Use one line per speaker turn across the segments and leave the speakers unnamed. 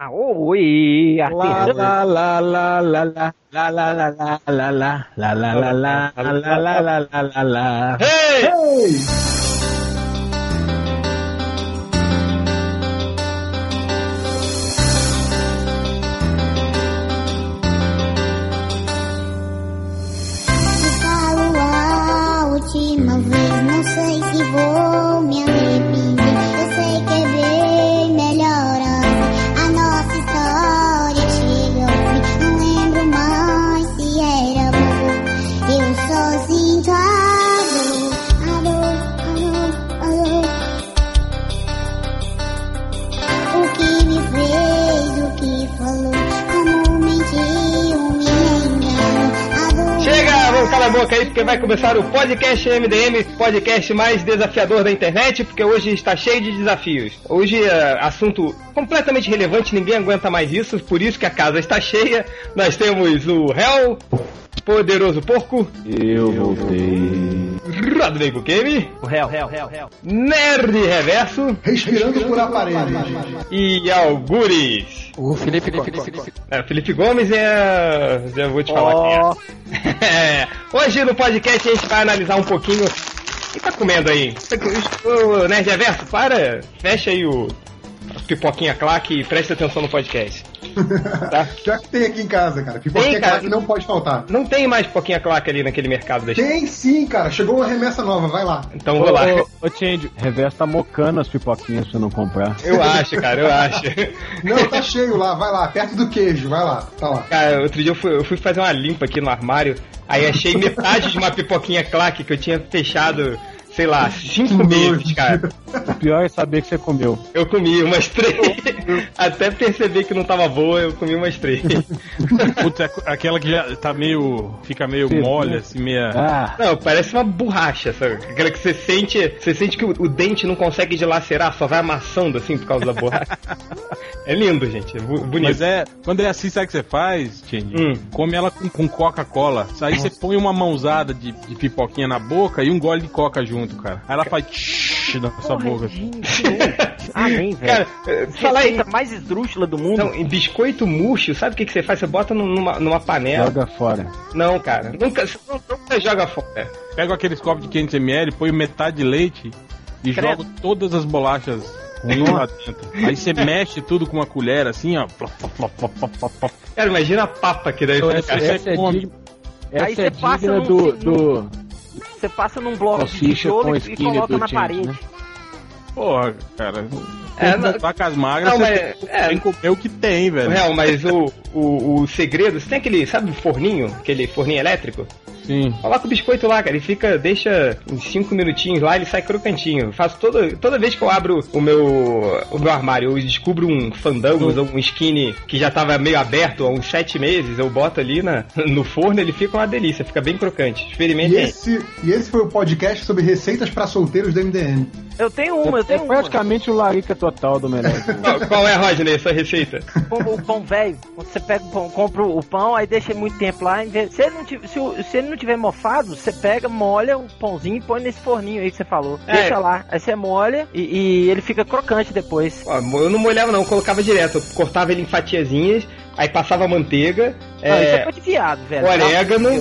Ah, oi,
Lá,
artesã.
lá, lá, lá, lá, lá, lá, lá, lá, lá, lá, lá, lá, lá, lá, lá, lá, lá, lá, lá, lá, lá.
Te falo a última vez, não sei se vou me arrepender. Eu sei que é bem melhor assim. A nossa história chega ao fim. Não lembro mais se era bom. Eu só sinto a dor, a dor, a dor, a dor. O que me fez, o que falou, como mentiu, me enganou. A dor.
Chega, vamos calar a boca aí, porque vai começar o podcast MDM, podcast mais desafiador da internet, porque hoje está cheio de desafios. Hoje é assunto completamente relevante, ninguém aguenta mais isso, por isso que a casa está cheia. Nós temos o réu, poderoso porco,
Eu voltei.
Rodrigo Game,
O réu, réu, réu, réu.
nerd reverso
Respirando por aparelhos.
e algures.
O Felipe, Felipe, Felipe, Felipe.
É, Felipe Gomes é. Já vou te falar quem é.
Ó,
É, hoje no podcast a gente vai analisar um pouquinho. O que tá comendo aí? O Nerd Reverso, né, para! Fecha aí o as pipoquinha claque e preste atenção no podcast. Tá?
Já que tem aqui em casa, cara.
Tem,
Pipoquinha
cara.
cara que não pode faltar.
Não tem mais pipoquinha claque ali naquele mercado da
Tem sim, cara. Chegou uma remessa nova, vai lá.
Então vou lá.
Ô, Change, reverso tá mocando as pipoquinhas se não comprar.
Eu acho, cara, eu acho.
Não, tá cheio lá, vai lá. Perto do queijo, vai lá. Tá lá.
Cara, outro dia eu fui, eu fui fazer uma limpa aqui no armário, aí achei metade de uma pipoquinha claque que eu tinha fechado, sei lá, cinco meses, cara.
O pior é saber que você comeu.
Eu comi umas três. Até perceber que não tava boa, eu comi umas três.
Putz, é aquela que já tá meio. fica meio
Sim.
mole, assim, meia.
Ah,
Não, parece uma borracha, sabe? Aquela que você sente. Você sente que o, o dente não consegue dilacerar, só vai amassando assim por causa da borracha. é lindo, gente. É bu- bonito.
Mas é, quando é assim, sabe o que você faz, Tchend?
Hum.
Come ela com, com Coca-Cola. Aí você põe uma mãozada de, de pipoquinha na boca e um gole de Coca junto, cara. Aí ela faz tsh na sua boca. assim.
gente, que Ah, nem, velho.
Cara, é,
Fala
falar
aí,
em,
mais esdrúxula do mundo.
Então,
não, em biscoito murcho, sabe o que, que você faz? Você bota num- numa, numa panela.
joga fora.
Não, cara. Nunca, você não- nunca joga fora.
Pega aqueles copos de 500ml, põe metade de leite e
Credo.
joga todas as bolachas ruins lá dentro. Aí você mexe tudo com uma colher, assim, ó. Plop, plop, plop, plop, plop, plop, plop.
Cara, imagina a papa que daí
Então,
fica,
essa-
cara.
Essa é
come.
digna, essa
Aí
é
você passa
digna
num
do,
sininho.
do
Você passa num bloco de
salsicha com
tijolo e- e
skinny
coloca
do
na
Change,
parede.
né?
Porra, cara.
É,
Tem que
não-
voltar com as magras,
Não,
você
mas-
tem,
é.
tem que comer o que tem, velho.
Real, mas o, o, o segredo, você tem aquele, sabe, o forninho, aquele forninho elétrico?
Sim.
Coloca o biscoito lá, cara, e fica, deixa uns 5 minutinhos lá, ele sai crocantinho. Eu Faço toda, toda vez que eu abro o meu, o meu armário, eu descubro um fandangos
Uhum.
ou um skinny que já tava meio aberto há uns 7 meses, eu boto ali na, no forno, ele fica uma delícia, fica bem crocante. Experimente
E
aí.
esse, e esse foi o podcast sobre receitas pra solteiros do MDM.
Eu tenho uma, eu
É
tenho um uma.
praticamente o larica total do Melhor.
Qual, qual é, Rodney, essa receita?
Como o pão velho. Quando você pega o pão, compra o pão, aí deixa muito tempo lá. em vez- Se ele não tiver, se, o- se ele não tiver mofado, você pega, molha o pãozinho e põe nesse forninho aí que você falou.
É.
Deixa lá. Aí você molha e, e ele fica crocante depois.
Ó, eu não molhava não, eu colocava direto, eu cortava ele em fatiazinhas, aí passava manteiga,
Não, isso é
é,
coisa de viado, velho.
orégano é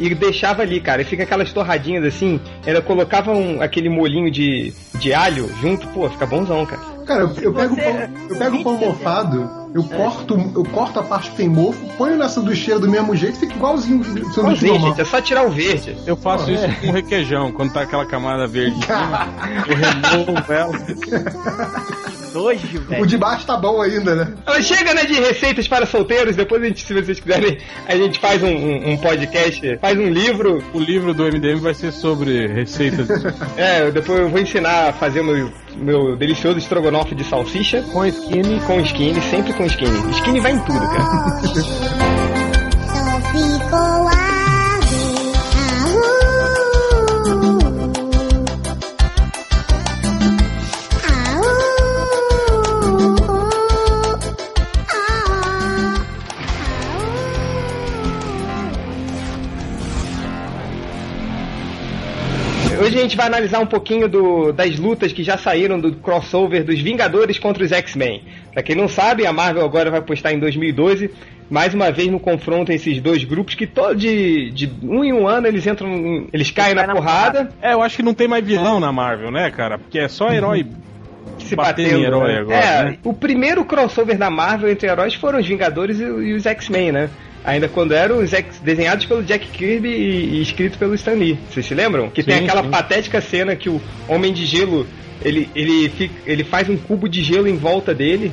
e deixava ali, cara. E fica aquelas torradinhas assim. Ela colocava um, aquele molhinho de, de alho junto, pô, fica bonzão, cara.
Cara, eu, eu pego o
Você-
pão, eu pego o pão mofado, eu corto, eu corto a parte que tem mofo, ponho na sanduicheira do mesmo jeito, fica igualzinho o sanduíche
Bonzinho,
normal.
gente, é só tirar o verde.
Eu faço isso com requeijão, quando tá aquela camada verde. em cima, Eu removo ela.
é.
Nojo,
O
velho.
de baixo tá bom ainda, né?
Então, Chega, né, de receitas para solteiros. Depois a gente, se vocês quiserem, a gente faz um, um- um podcast, faz um livro.
O livro do MDM vai ser sobre receitas.
É, depois eu vou ensinar a fazer meu, meu delicioso estrogonofe de salsicha.
Com skinny,
Com skinny, sempre com skinny. Skinny vai em tudo, cara.
Só ficou azul. Aú. Aú. Ah. Aú.
Hoje a gente vai analisar um pouquinho do, das lutas que já saíram do crossover dos Vingadores contra os X-Men. Pra quem não sabe, a Marvel agora vai postar em 2012, mais uma vez no confronto esses dois grupos que todo de, de um em um ano eles entram. em- Eles caem na,
caem na
porrada,
É, eu acho que não tem mais vilão na Marvel, né, cara? Porque é só herói.
Uhum.
se
Bater
batendo.
em herói
né?
agora,
é,
né?
o primeiro crossover da Marvel entre heróis foram os Vingadores e, e os X-Men, né? Ainda quando eram os X, desenhados pelo Jack Kirby e, e escrito pelo Stan Lee. Vocês se lembram? Que tem
Sim,
aquela
sim.
patética cena que o Homem de Gelo, ele, ele, fica, ele faz um cubo de gelo em volta dele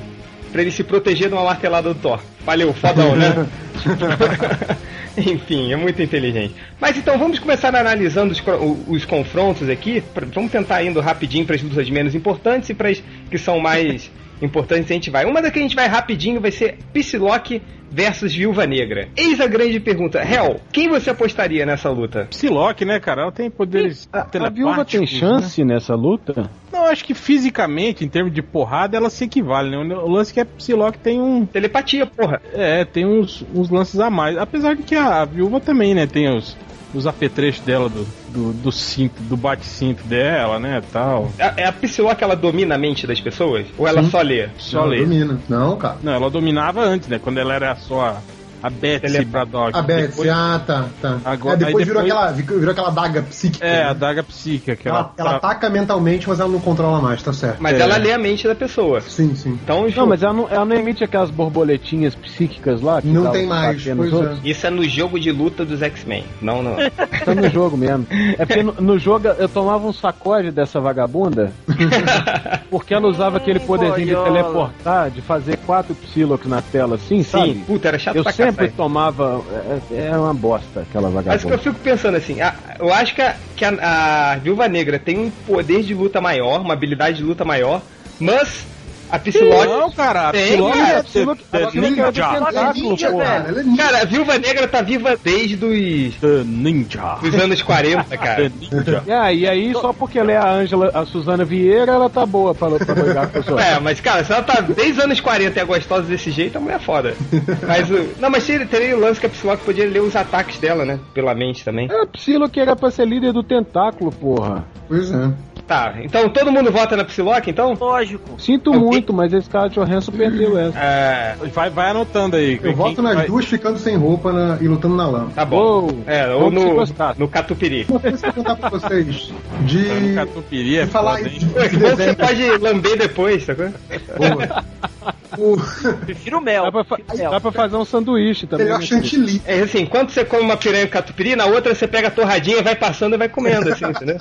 pra ele se proteger de uma martelada do Thor. Valeu, fodão, né? Enfim, é muito inteligente. Mas então vamos começar analisando os, cro- o- os confrontos aqui. Pr- Vamos tentar indo rapidinho para as lutas menos importantes e para as que são mais importantes a gente vai. Uma da que a gente vai rapidinho vai ser Psylocke versus Viúva Negra. Eis a grande pergunta. Hel, quem você apostaria nessa luta?
Psylocke, né, cara? Ela tem poderes
A, a
telepáticos,
viúva tem chance nessa luta?
né? Não, eu acho que fisicamente, em termos de porrada, ela se equivale, né? O lance é que a Psylocke tem um.
Telepatia, porra.
É, tem uns, uns lances a mais. Apesar de que a, a viúva também, né, tem os, os apetrechos dela do, do, do cinto, do bate-cinto dela, né, tal.
A, a Psylocke ela domina a mente das pessoas? Ou ela só lê?
Só
Não,
lê.
domina. Não, cara.
Não, ela dominava antes, né? Quando ela era só a, a Betsy
Ele é-
Braddock.
A Betsy,
Depois-
ah, tá, tá.
Agora-
é, depois,
aí
virou,
depois-
aquela, virou aquela daga psíquica.
É, a
né?
daga psíquica. Que
ela,
ela, tá-
ela tá ataca mentalmente, mas ela não controla mais, tá certo.
Mas
É.
ela lê a mente da pessoa.
Sim, sim.
Então,
Não, mas ela não, ela não emite aquelas borboletinhas psíquicas lá? que
Não
dá
tem
tá os
mais,
batendo
pois
nos outros?
é.
isso é no jogo de luta dos X-Men. Não, não.
Tá no jogo mesmo. É porque no, no jogo eu tomava um sacode dessa vagabunda, porque ela usava aquele poderzinho de
boiola.
teleportar, de fazer quatro Psylocke na tela assim,
Sim,
sabe?
puta, era chato
Eu
pra
sempre
cacete.
tomava. É, é uma bosta aquela
Mas o que eu
vagabunda.
fico pensando assim, a- eu acho que, a, que a, a Viúva Negra tem um poder de luta maior, uma habilidade de luta maior, mas a
Não,
Psylocke.
cara, a
Tem,
Psylocke
cara,
é,
a
Psylocke-
é
agora que vem
ninja.
cá, eu vou
Ela é
tentar.
ninja,
Tentáculo,
cara. Ela é ninja.
Cara, a Viúva Negra tá viva desde dos,
É ninja.
dos anos 40,
É
cara.
ninja.
É, e aí só porque ela é a Ângela, a Suzana Vieira, ela tá boa pra, pra brigar com os outros.
É, mas cara, se ela tá desde os anos 40 e é gostosa desse jeito, a mulher é foda. Mas o. Não, mas teria, teria o lance que a Psylocke podia ler os ataques dela, né? Pela mente também.
Era Psylocke era pra ser líder do tentáculo, porra.
Pois é.
Tá, então todo mundo vota na Psylocke, então?
Lógico.
Sinto
Ok.
muito, mas esse cara de Johansson perdeu essa.
É.
Vai, vai anotando aí.
Eu voto nas duas ficando sem roupa na- e lutando na lama.
Tá bom.
Uou,
é, ou
como se
no,
gostasse.
no Catupiry.
Uma coisa que eu vou contar pra vocês. De.
Catupiry Tá é
de falar
foda,
de,
hein?
É
de
que bom que você
desenho.
pode lamber depois, sacou?
O
Prefiro mel.
Dá pra, fa-
prefiro mel.
dá pra fazer um sanduíche também.
melhor
né,
chantilly.
É assim, enquanto você come uma piranha com catupiry, na outra você pega a torradinha, vai passando e vai comendo, assim, entendeu?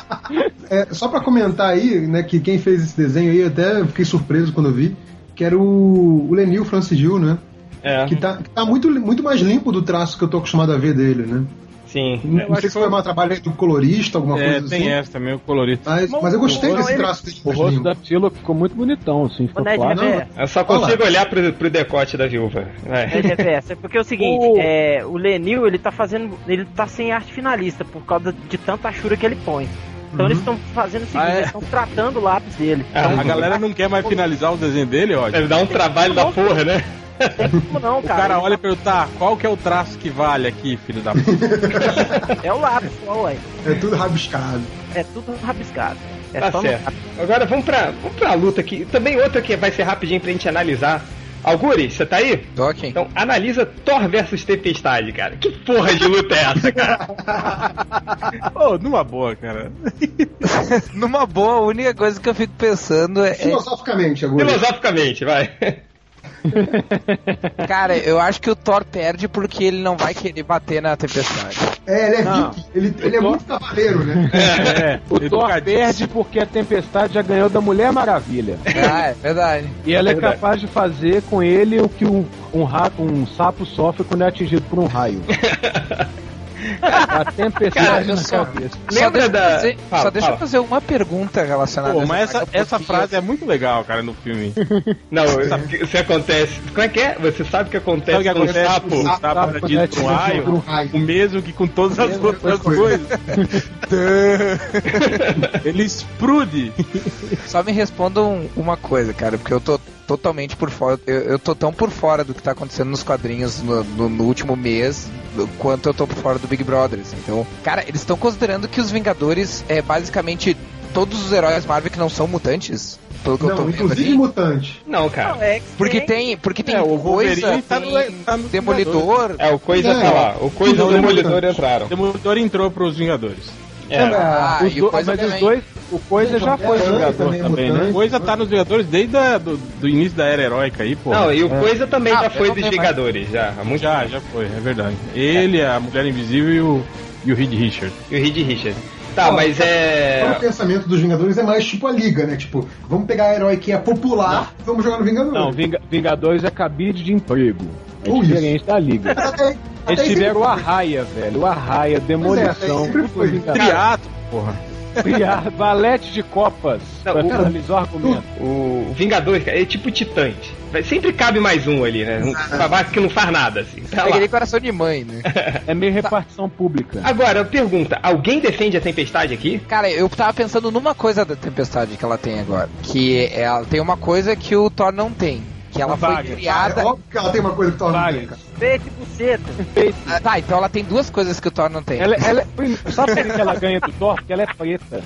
É, só pra comentar aí, né, que quem fez esse desenho aí, eu até fiquei surpreso quando eu vi, que era o, o Lenil Francis Gil, né?
É,
Uhum.
Que tá, que tá muito, muito mais limpo do traço que eu tô acostumado a ver dele, né?
sim.
Não,
Eu
não sei
acho que
se foi
foi-
um trabalho do colorista, alguma
É,
coisa
tem
assim.
essa também, o colorido.
Mas, mas eu gostei
Não,
desse
ele-
traço dele
O
mais
rosto
limpo.
da Psylocke ficou muito bonitão, assim,
O
ficou
Ned
claro.
Não,
Reverso.
Eu só consigo
Olha
olhar pro, pro decote da viúva. Vai.
Ned Reverso. É porque é o seguinte,
O-
é, o Lenil, ele tá fazendo. Ele tá sem arte finalista por causa de tanta achura que ele põe. Então
Uhum.
eles estão fazendo o seguinte,
Ah, é?
eles estão tratando o lápis dele.
Ah,
Então,
A galera não quer mais finalizar o desenho dele, ó.
É.
Deve dar um trabalho da porra, né?
como não,
O
cara?
cara olha e pergunta, "Tá, qual que é o traço que vale aqui, filho da puta?
É o lápis, ó, ué.
É tudo rabiscado.
É tudo rabiscado. É
Tá
só no-
certo. Agora vamos pra, vamos pra luta aqui. Também outra que vai ser rapidinho pra gente analisar. Alguri, você tá aí?
Tô aqui.
Então analisa Thor versus Tempestade, cara. Que porra de luta é essa, cara?
Ô, numa boa, cara.
Numa boa, a única coisa que eu fico pensando é.
Filosoficamente, agora.
Filosoficamente, vai.
Cara, eu acho que o Thor perde porque ele não vai querer bater na tempestade.
É, ele é
Não.
geek. Ele, ele é muito cavaleiro, né?
É,
O Thor perde porque a Tempestade já ganhou da Mulher Maravilha.
Ah, é verdade.
E ela é capaz de fazer com ele o que um, um, rato, um sapo sofre quando é atingido por um raio. A
Cara,
Tempestade
eu
na
só-
cabeça.
Só
Lembra
deixa,
da-
eu fazer,
Fala,
só deixa
fala.
eu fazer uma pergunta relacionada
Pô,
a
mas essa,
saga,
essa
porque
frase é muito legal, cara, no filme.
Não, isso acontece. Como é que é? Você sabe o que acontece,
Sabe o que
com o
acontece?
sapo?
O sapo
Sapo
é dito pra um
é
Por um
raio,
raio.
o mesmo que com todas as
Mesma
outras
coisa.
coisas. Ele exprude.
Só me respondam uma um, coisa, cara, porque eu tô totalmente por fora. Eu, eu tô tão por fora do que tá acontecendo nos quadrinhos no, no- no último mês do- quanto eu tô por fora do Big Brother. assim. Então, cara, eles estão considerando que os Vingadores é basicamente todos os heróis Marvel que não são mutantes. Pelo que eu tô
Não,
vendo
inclusive
ali.
mutante.
Não, cara.
é que
Porque tem, porque tem
É, o
coisa,
Wolverine tá no-
tem
tá no
Demolidor.
É, o Coisa
Não.
tá lá. O Coisa e o
Não,
Demolidor
não.
entraram.
Demolidor entrou pros Vingadores.
É, mas
É.
Ah,
os
e o
do-
Coisa
mas os
também. É
dois, o Coisa já foi
Também
jogador
também
também,
é
né?
mutante.
Coisa tá nos Vingadores desde a, do, do início da era heróica aí, pô.
Não, e o Coisa também
Ah,
já foi
eu não
dos
lembro.
Vingadores, já. Há muito
Já, já foi, é verdade. Ele, a Mulher Invisível e o, e o Reed Richard.
E o Reed Richards. Tá,
Ó,
mas
Então, O
é.
pensamento dos Vingadores é mais tipo a liga, né? Tipo, vamos pegar herói que é popular e vamos jogar no Vingador.
Não, Vinga- Vingadores é cabide de emprego. É
Ou
diferente da Liga.
Mas até, até
Eles
aí
tiveram o
sempre-
Arraia, velho. O Arraia, Demolição,
Pois é, sempre foi.
Triato, porra.
criar valete de copas
Não,
pra
o-
finalizar o argumento.
O Vingador, cara, é tipo Titãs. Vai- Sempre cabe mais um ali, né? Um babaca que não faz nada, assim. Tá
É
lá.
que nem coração de mãe, né?
É meio repartição pública.
Agora, pergunta: alguém defende a tempestade aqui?
Cara, eu tava pensando numa coisa da tempestade que ela tem agora. Que ela tem uma coisa que o Thor não tem. Que ela foi
Vaga.
criada.
Ah,
É óbvio que ela tem uma coisa que torna
Vale.
bem, cara.
peito e buceta.
Ah, Tá, então ela tem duas coisas que o Thor não tem.
Ela, ela é- sabe por que ela ganha do Thor? Porque ela é preta.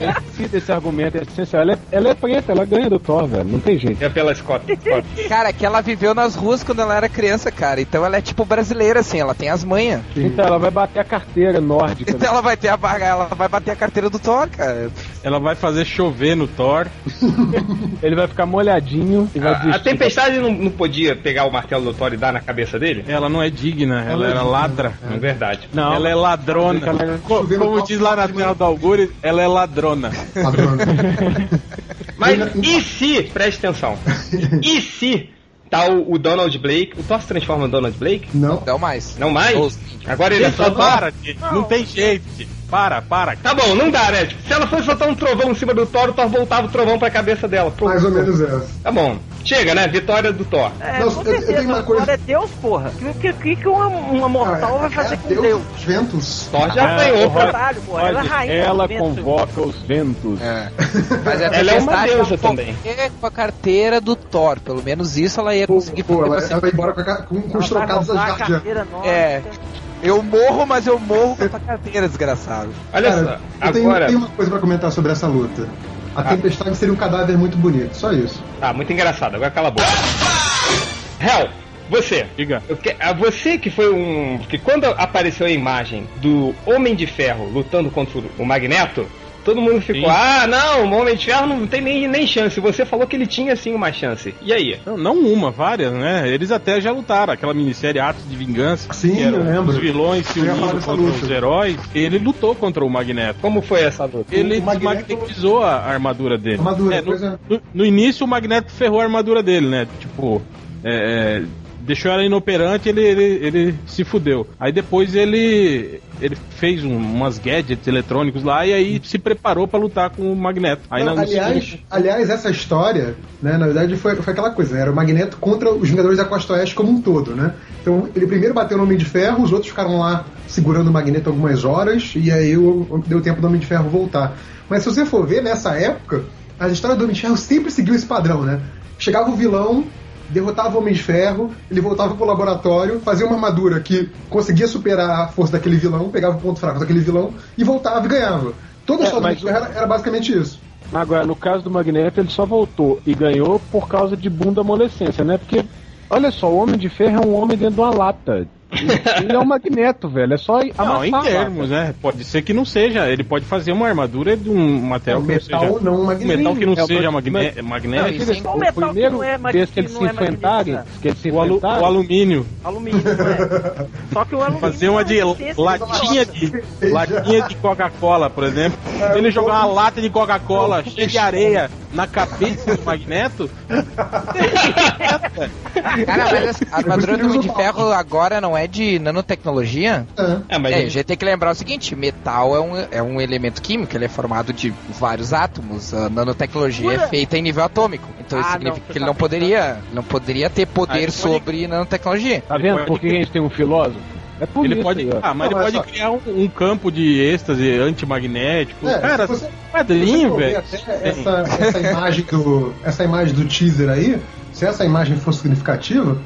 Eu esqueci desse argumento, é essencial. Ela é, ela é preta, ela ganha do Thor, velho. Não tem jeito.
É pela Scott. Scott.
Cara, que ela viveu nas ruas quando ela era criança, cara. Então ela é tipo brasileira, assim, ela tem as manhas.
Então ela vai bater a carteira nórdica. né?
Então ela vai ter a barra- ela vai bater a carteira do Thor, cara.
Ela vai fazer chover no Thor.
Ele vai ficar molhadinho e vai
A, a
desistir.
tempestade não, não podia pegar o martelo do Thor e dar na cabeça dele?
Ela não é digna, ela era ladra.
É verdade.
Não.
Ela é ladrona.
Ela-
Co- Como diz lá na tela do Algures, ela é ladrona.
Tá Padrão.
Mas e se, preste atenção, e se tá o, o Donald Blake, o Thor se transforma no Donald Blake?
Não.
Não mais.
Não mais?
Os-
Agora ele é só Thor?
Para, gente. Não tem jeito. gente. Para, para.
Tá bom, não dá, né? Tipo, Se ela fosse soltar um trovão em cima do Thor, o Thor voltava o trovão pra cabeça dela. Pô,
Mais ou menos essa.
Tá bom. Chega, né? Vitória do Thor.
É,
Nossa,
com
eu- eu
certeza,
tenho uma
o
coisa- Ah,
Thor é Deus, porra. O que, que, que uma, uma mortal vai fazer com Deus?
Os é ventos.
Thor já
É,
Ah,
ganhou.
porra.
Caralho, pô, ela é
Olha,
rainha
ela
do vento.
convoca os ventos.
É. Mas a
Ela é uma
tempestade,
deusa
ela foi
também.
Com a carteira do Thor, pelo menos isso ela ia
Pô,
conseguir
pô, ela,
fazer
ela vai embora com, a ca- com- com os
Ela vai
trocados da
roubar a
Jardia.
carteira nossa.
É. Eu morro, mas eu morro com a tua carteira, desgraçado.
Olha
Cara,
só,
eu tenho,
agora. Ah.
tenho uma coisa pra comentar sobre essa luta. A tempestade seria um cadáver muito bonito, só isso.
Tá, muito engraçado, agora cala a boca. Hel, você.
Diga.
Eu que- a você que foi um. que quando apareceu a imagem do Homem de Ferro lutando contra o Magneto, todo mundo ficou,
Sim.
ah, não, o Homem de Ferro não tem nem, nem chance. Você falou que ele tinha sim uma chance. E aí?
Não, não uma, várias, né? Eles até já lutaram. Aquela minissérie Atos de Vingança.
Sim,
que eram
eu lembro.
Os vilões se
Eu ia falar
unindo contra
dessa luta.
os heróis. Ele lutou contra o Magneto.
Como foi essa luta?
Ele
O Magneto-
desmagnetizou a armadura dele.
Armadura,
É, no,
pois é.
no- no início o Magneto ferrou a armadura dele, né? Tipo, é, é, deixou ela inoperante ele, ele, ele se fudeu. Aí depois ele ele fez um- umas gadgets eletrônicos lá e aí se preparou pra lutar com o Magneto. Aí
Não,
na- no
aliás,
segundo-
aliás, essa história, né, na verdade, foi, foi aquela coisa, né? Era o Magneto contra os Vingadores da Costa Oeste como um todo, né? Então ele primeiro bateu no Homem de Ferro, os outros ficaram lá segurando o Magneto algumas horas, e aí o- o- deu tempo do Homem de Ferro voltar. Mas se você for ver, nessa época, a história do Homem de Ferro sempre seguiu esse padrão, né? Chegava o vilão, derrotava o Homem de Ferro, ele voltava pro laboratório, fazia uma armadura que conseguia superar a força daquele vilão, pegava o ponto fraco daquele vilão e voltava e ganhava. Toda a
É,
história do Homem
mas
de Ferro era- era basicamente isso.
Agora, no caso do Magneto, ele só voltou e ganhou por causa de bunda amolescência, né? Porque, olha só, o Homem de Ferro é um homem dentro de uma lata. Ele é um Magneto, velho. É só
Não,
amassar
tá em
a
termos, né? Pode ser que não seja. Ele pode fazer uma armadura de um material que não
É metal
seja.
não
Um
magnético.
metal que não
É,
seja
mas-
magne-
lata.
magnético.
Não, isso é
Só um
o
metal que
primeiro
não é ma-
vez que
que
eles
não
se
é
enfrentarem,
magnetizado.
que eles se
O, alu-
enfrentaram,
o alumínio.
Alumínio, né? Só que o alumínio.
Fazer uma de
é resistência,
latinha de latinha de Coca-Cola, por exemplo. Se ele jogar uma lata de Coca-Cola cheia de areia na cabeça do Magneto,
Cara, mas a armadura do Homem de Ferro agora não é de nanotecnologia?
É.
É, mas
é, a
ele-
gente tem que lembrar o seguinte: metal é um, é um elemento químico, ele é formado de vários átomos. A nanotecnologia é
Pura.
feita em nível atômico. Então isso
Ah,
significa
não,
que ele
tá
não poderia, não poderia ter
Ah,
poder
ele pode-
sobre nanotecnologia.
Tá vendo por que a gente tem um filósofo? É por
ele
isso,
pode,
aí, ó.
ah, mas
Não,
ele
mas
pode
só-
criar um, um campo de êxtase antimagnético.
É,
Cara,
se você- Você
padrinho,
for ver
velho.
até Essa, essa imagem do, essa imagem do teaser aí, se essa imagem for significativa,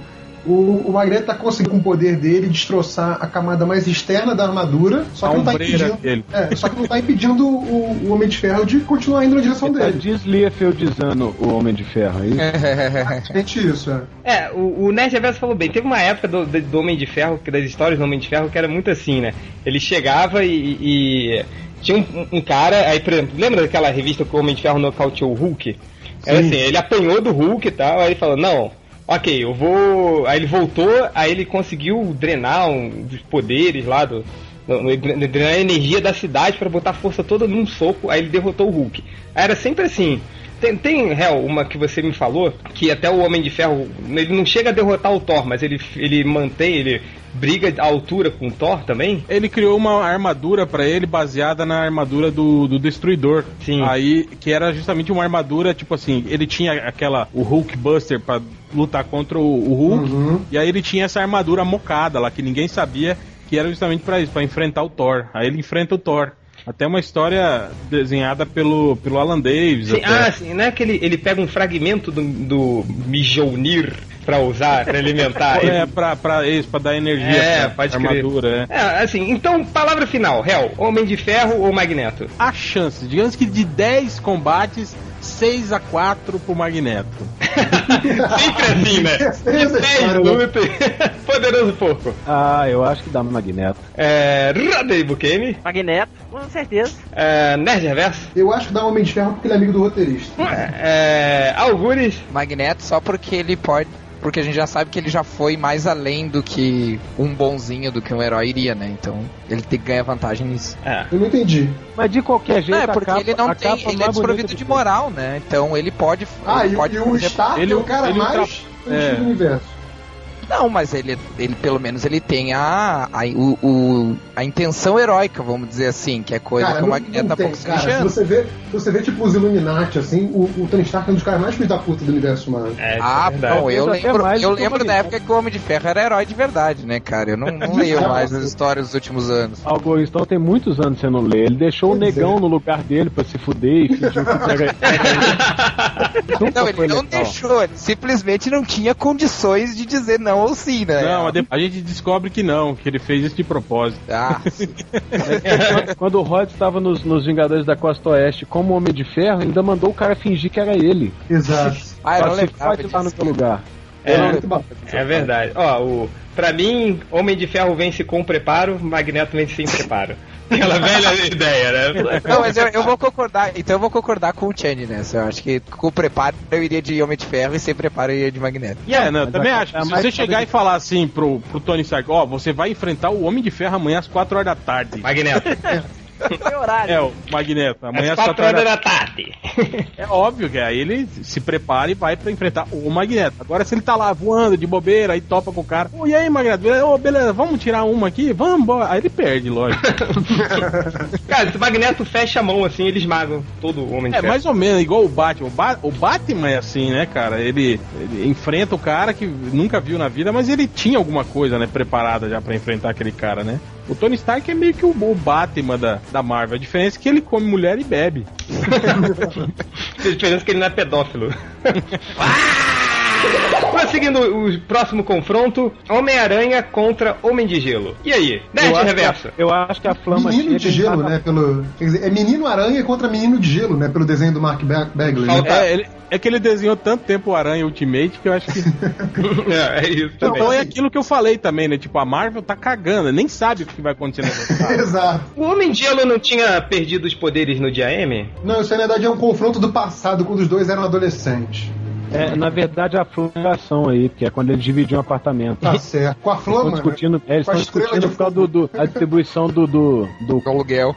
o, o Magneto tá conseguindo com o poder dele destroçar a camada mais externa da armadura, só
A
que não tá
ombreira
impedindo.
dele.
é, só que não tá impedindo o, o Homem de Ferro de continuar indo na direção
Tá
dele.
desliefeldizando o Homem de
é
Ferro aí.
Basicamente isso, é.
É, o, o Nerd Reverso falou bem. Teve uma época do, do- do Homem de Ferro, que das histórias do Homem de Ferro, que era muito assim, né? Ele chegava e. e tinha um, um cara, aí, por exemplo, lembra daquela revista que o Homem de Ferro nocauteou o Hulk? Era assim, ele apanhou do Hulk e tal, aí ele falou, não, ok, eu vou. Aí ele voltou, aí ele conseguiu drenar um dos poderes lá do. no- no- drenar a energia da cidade pra botar a força toda num soco, aí ele derrotou o Hulk. Aí era sempre assim. Tem, tem Hel, uma que você me falou, que até o Homem de Ferro, ele não chega a derrotar o Thor, mas ele, ele mantém, ele briga à altura com o Thor também?
Ele criou uma armadura pra ele baseada na armadura do, do Destruidor.
Sim.
Aí, que era justamente uma armadura, tipo assim, ele tinha aquela, o Hulk Buster pra lutar contra o, o Hulk. E aí ele tinha essa armadura mocada lá, que ninguém sabia que era justamente pra isso, pra enfrentar o Thor. Aí ele enfrenta o Thor. Até uma história desenhada pelo, pelo Alan Davis.
Sim,
até.
ah, sim, não é que ele, ele pega um fragmento do, do Mjolnir pra usar, pra alimentar.
é,
Ele-
pra, pra isso, pra dar energia
É,
pra
pode crer.
armadura, é.
É, assim, então, palavra final, Hel, Homem de Ferro ou Magneto?
A chance, digamos que de 10 combates, 6 a 4 pro Magneto.
Sempre assim, né?
Essa
Dez
história, né?
lutas, poderoso porco.
Ah, eu acho que dá no Magneto.
É, Radei Bukemi,
Magneto, com certeza.
é, Nerd Reverso,
Eu acho que dá o Homem de Ferro porque ele é amigo do roteirista.
é, Algures,
Magneto só porque ele pode. Porque a gente já sabe que ele já foi mais além do que um bonzinho, do que um herói iria, né? Então ele tem que ganhar vantagem nisso.
é,
Eu não entendi.
Mas de qualquer jeito,
Não, é porque
a capa,
ele não
a
tem.
capa
Ele é
mais
desprovido
bonita
de
do-
moral, né? Então ele pode.
Ah,
ele
e,
pode
e o
fazer-
Stark
né? ele- um
é o cara
ele
mais
é.
do universo.
Não, mas ele, ele pelo menos ele tem a, a, o, o- a intenção heróica, vamos dizer assim, que é coisa
Cara,
que o
não-
Magneto
não
tá
tem,
pouco se
cara.
mexendo.
Você vê, você vê, tipo, os Illuminati, assim, o, o Tony Stark é um dos caras mais filhos da puta do universo, mano.
é,
Ah,
verdade.
não, eu
Mas até
lembro,
mais
eu
do que o
lembro da
Magneto.
época que o Homem de Ferro era herói de verdade, né, cara? Eu não, não leio mais as histórias dos últimos anos.
Algo, então tem muitos anos que você não lê. Ele deixou o
Pois
negão no lugar dele pra se fuder e fingiu que pega. Nunca
Não,
foi
ele
legal.
não deixou, ele simplesmente não tinha condições de dizer não ou sim, né?
Não, mas de- a gente descobre que não, que ele fez isso de propósito.
Ah,
Quando- é. Quando o Rod estava nos, nos Vingadores da Costa Oeste como Homem de Ferro, ainda mandou o cara fingir que era ele.
Exato.
ah eu não
Você
lembrava
pode lá no
disso.
teu lugar.
É.
Era muito bacana.
É verdade. Ó, o, pra mim, Homem de Ferro vence com preparo, Magneto vence sem preparo. Aquela velha ideia, né?
Não, mas eu, eu vou concordar, então eu vou concordar com o Change nessa. Eu acho que com o preparo eu iria de Homem de Ferro e sem preparo eu iria de Magneto.
E a-
É, não, eu também
a-
acho.
a
Se
mais
você chegar e falar assim pro, pro Tony Stark, ó, você vai enfrentar o Homem de Ferro amanhã às 4 horas da tarde.
Magneto,
Que horário?
É, o Magneto, amanhã
às
às 4
quatro
horas
horas
da
da tarde.
É óbvio que aí ele se prepara e vai pra enfrentar o Magneto. Agora, se ele tá lá voando de bobeira, aí topa com o cara. Ô, e aí, Magneto? Beleza? Ô, beleza, vamos tirar uma aqui? Vamos, bora. Aí ele perde, lógico.
Cara, se o Magneto fecha a mão assim, ele esmaga todo o Homem de
É
Ferro.
mais ou menos igual o Batman. O, Ba- o Batman é assim, né, cara? Ele, ele enfrenta o cara que nunca viu na vida, mas ele tinha alguma coisa, né, preparada já pra enfrentar aquele cara, né? O Tony Stark é meio que o, o Batman da, da Marvel. A diferença é que ele come mulher e bebe.
Tem diferença que ele não é pedófilo. Ah! Prosseguindo o próximo confronto, Homem-Aranha contra Homem de Gelo. E aí?
Eu
Nerd
acho,
reverso.
que é. a- eu acho que a flama
Menino
chega
de
e
gelo,
mata-
né? Pelo, quer dizer, é menino aranha contra menino de gelo, né? Pelo desenho do Mark Ba- Bagley. né?
Falta-
É, ele- é que ele desenhou tanto tempo o Aranha Ultimate que eu acho que.
É, é isso
Então
também.
é aquilo que eu falei também, né? Tipo, a Marvel tá cagando, nem sabe o que vai acontecer na temporada.
Exato.
O Homem de Gelo não tinha perdido os poderes no dia M?
Não, isso aí, na verdade é um confronto do passado, quando os dois eram adolescentes.
É, na verdade, a flamação aí, que é quando eles dividiam um apartamento.
Tá certo. Com a
Estão
flama. né?
discutindo, é, eles
Com a
estão
estrela
discutindo
de
por causa do, do- a distribuição do. do, do-
No aluguel.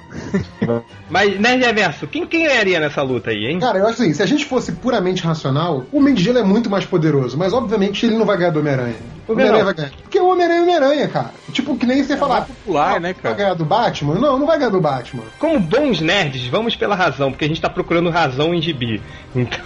Mas, Nerd Reverso, quem, quem ganharia nessa luta aí, hein?
Cara, eu acho assim, se a gente fosse puramente racional, o Homem de Gelo é muito mais poderoso, mas obviamente ele não vai ganhar do Homem-Aranha. O Homem-Aranha vai ganhar. Porque o Homem-Aranha é o Homem-Aranha, cara. Tipo, que nem você falar.
popular, né,
Vai
cara?
ganhar do Batman? Não, não vai ganhar do Batman.
Como bons nerds, vamos pela razão, porque a gente tá procurando razão em gibi. Então,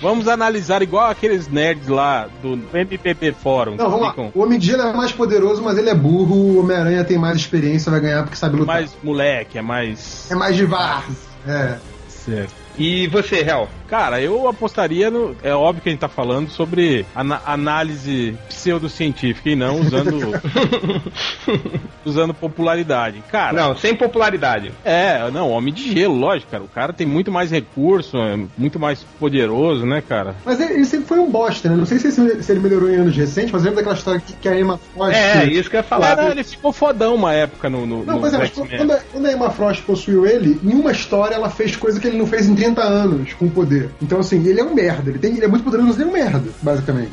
Vamos analisar igual aqueles nerds lá do MPP Fórum.
Não,
que
vamos lá.
ficam
O Homem de Gelo é mais poderoso, mas ele é burro. O Homem-Aranha tem mais experiência, vai ganhar porque sabe lutar.
mais moleque, é mais.
É mais de VAR. É.
Certo.
E você, Hel?
Cara, eu apostaria no. É óbvio que a gente tá falando sobre ana- análise pseudocientífica e não usando. usando popularidade. Cara,
Não, sem popularidade.
É, não, homem de gelo, lógico, cara. O cara tem muito mais recurso, é muito mais poderoso, né, cara?
Mas ele ele sempre foi um bosta, né? Não sei se, esse- se ele melhorou em anos recentes, mas lembra daquela história que, que a Emma Frost.
É, isso que eu ia falar.
Cara, ele ficou fodão uma época no, no,
Não,
no
pois é, mas
X-Men.
quando a, quando a Emma Frost possuiu ele, em uma história ela fez coisa que ele não fez em 30 anos com o poder. Então, assim, ele é um merda. Ele, tem, ele é muito poderoso, mas ele é um merda, basicamente.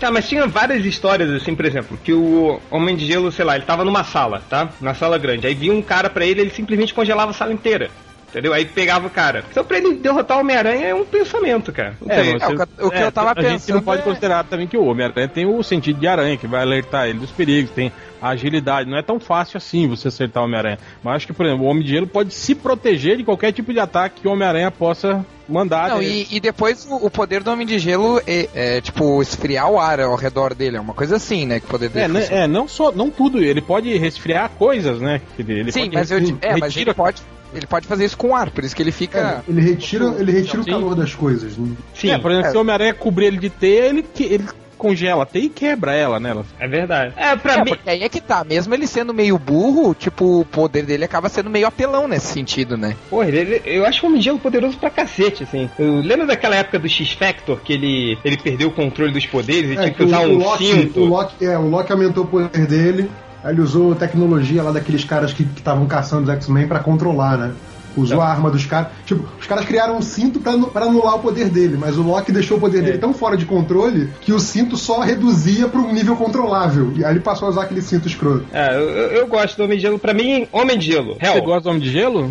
Tá, mas tinha várias histórias, assim, por exemplo, que o Homem de Gelo, sei lá, ele tava numa sala, tá? Na sala grande. Aí vinha um cara pra ele, ele simplesmente congelava a sala inteira. Entendeu? Aí pegava o cara. Então pra ele derrotar o Homem-Aranha é um pensamento, cara. Não
É,
tem-
você-
É, o que eu- o que eu tava
a gente não
pensando
pode
é-
considerar também que o Homem-Aranha tem o sentido de aranha, que vai alertar ele dos perigos, tem a agilidade. Não é tão fácil assim você acertar o Homem-Aranha. Mas acho que, por exemplo, o Homem de Gelo pode se proteger de qualquer tipo de ataque que o Homem-Aranha possa mandar.
Não,
nele.
e, e depois o, o poder do Homem de Gelo é, é, tipo, esfriar o ar ao redor dele. É uma coisa assim, né? Que o poder dele
É, né,
funciona.
é, não só, não tudo, ele pode resfriar coisas, né? Ele, ele
Sim,
pode
mas, eu, di-
retira- É, né?
é, mas ele, pode, ele pode fazer isso com o ar, por isso que ele fica...
Ele retira, ele retira o
Sim.
calor das coisas. né?
Sim,
É, por exemplo,
É.
se o Homem-Aranha cobrir ele de teia, ele, que- ele congela a teia e quebra ela, né? Ela-
é verdade. É, pra
É,
mim.
porque aí é que tá, mesmo ele sendo meio burro, tipo, o poder dele acaba sendo meio apelão nesse sentido, né?
Porra, ele- eu acho o Homem de Gelo poderoso pra cacete, assim. Eu lembro daquela época do X-Factor que ele, ele perdeu o controle dos poderes e
É,
tinha que
o-
usar
o
um
Loki,
cinto.
O Loki, é, o Loki aumentou o poder dele, aí ele usou tecnologia lá daqueles caras que que estavam caçando os X-Men pra controlar, né? Usou
Tá.
a arma dos caras. Tipo, os caras criaram um cinto pra, anu- pra anular o poder dele, mas o Loki deixou o poder
É.
dele tão fora de controle que o cinto só reduzia pra um nível controlável. E aí ele passou a usar aquele cinto escroto.
É, eu, eu- eu gosto do Homem de Gelo. Pra mim, Homem de Gelo.
Você
Hel.
gosta do Homem de Gelo?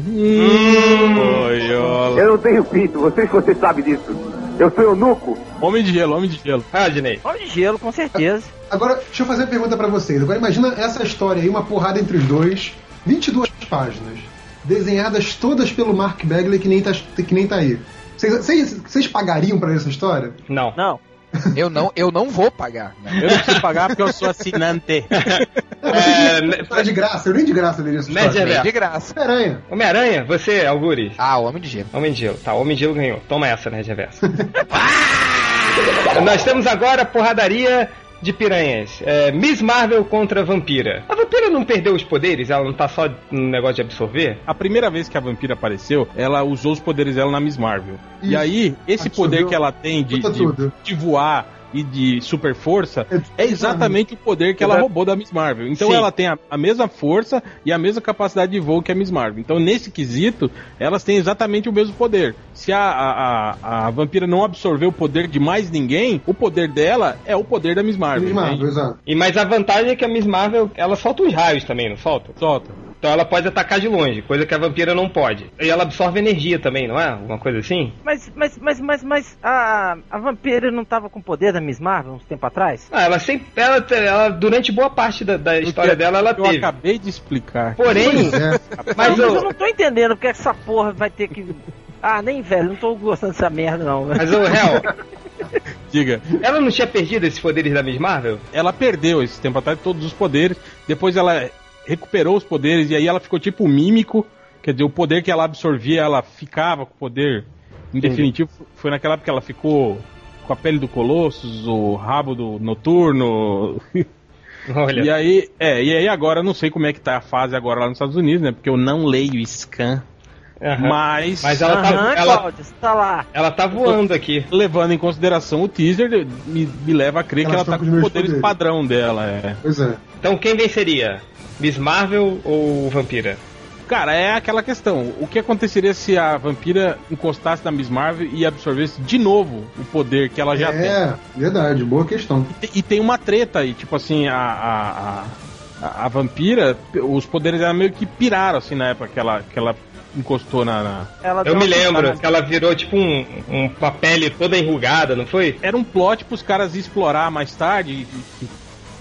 Hum.
Boiola.
Eu não tenho pinto, vocês você sabe disso. Eu sou eunuco.
Homem de Gelo, Homem de Gelo.
Ah, Dinei.
Homem de gelo, com certeza.
Agora, deixa eu fazer uma pergunta pra vocês. Agora imagina essa história aí, uma porrada entre os dois, 22 páginas, desenhadas todas pelo Mark Bagley, que nem tá, que nem tá aí. Vocês- Vocês vocês pagariam pra essa história?
Não.
Não.
Eu não, eu não vou pagar. né?
Eu não preciso pagar porque eu sou assinante.
É,
Não É de graça, eu nem de graça leria essa
Média
história.
é.
Nem de graça.
Homem-Aranha.
Homem-Aranha, você, Algures.
Ah, o Homem de Gelo.
Homem de Gelo. Tá, Homem de Gelo ganhou. Toma essa, né, Reverso? Ah! Nós temos agora a porradaria de piranhas. É, Miss Marvel contra a Vampira. A Vampira não perdeu os poderes? Ela não tá só no negócio de absorver?
A primeira vez que a vampira apareceu, ela usou os poderes dela na Miss Marvel. E
Isso.
aí, esse
Absorveu.
poder que ela tem de,
Puta
de-
tudo.
de voar e de super força
É-
é exatamente o poder que ela roubou da Miss Marvel. Então
Sim.
ela tem a, a mesma força e a mesma capacidade de voo que a Miss Marvel. Então, nesse quesito, elas têm exatamente o mesmo poder. Se a, a, a, a vampira não absorver o poder de mais ninguém, o poder dela é o poder da Miss Marvel.
Miss Marvel,
entende?
exato.
E mas a vantagem é que a Miss Marvel, ela solta uns raios também, não solta?
Solta.
Então ela pode atacar de longe, coisa que a vampira não pode. E ela absorve energia também, não é? Alguma coisa assim?
Mas, mas, mas, mas, mas a, a vampira não tava com o poder da Miss Marvel uns tempo atrás?
Ah, ela sempre. Ela, ela- durante boa parte da, da história
Eu-
dela, ela
Eu
teve.
acabei de explicar.
Porém,
Hum.
Pois é.
não,
mas
mas eu
o.
não tô entendendo porque essa porra vai ter que. Ah, nem velho, não tô gostando dessa merda não.
Mas o Hel,
Diga.
ela não tinha perdido esses poderes da Miss Marvel?
Ela perdeu esse tempo atrás todos os poderes. Depois ela recuperou os poderes e aí ela ficou tipo um mímico. Quer dizer, o poder que ela absorvia, ela ficava com o poder. Em definitivo, foi naquela época que ela ficou com a pele do Colossus, o rabo do Noturno.
Olha.
E aí, é, e aí agora eu não sei como é que tá a fase agora lá nos Estados Unidos, né? Porque eu não leio scan.
Aham.
Mas,
Mas ela tá,
Aham,
ela,
Cláudio, você tá lá.
ela tá voando aqui.
levando em consideração o teaser, me, me leva a crer
Ela
que ela
tá
tá
com
com
os
os
mesmos
poderes
poderes.
padrão dela, é.
Pois é.
Então quem venceria? Miss Marvel ou Vampira?
Cara, é aquela questão. O que aconteceria se a vampira encostasse na Miss Marvel e absorvesse de novo o poder que ela já tem?
é, verdade, boa questão.
E tem uma treta aí, tipo assim, a, a, a- a, a vampira, os poderes dela meio que piraram, assim, na época que ela, que ela encostou na... na-
Ela tá deu
Eu me
uma
lembro
pisada.
que ela virou tipo um, um uma pele toda enrugada, não foi?
Era um plot pros caras explorar mais tarde e-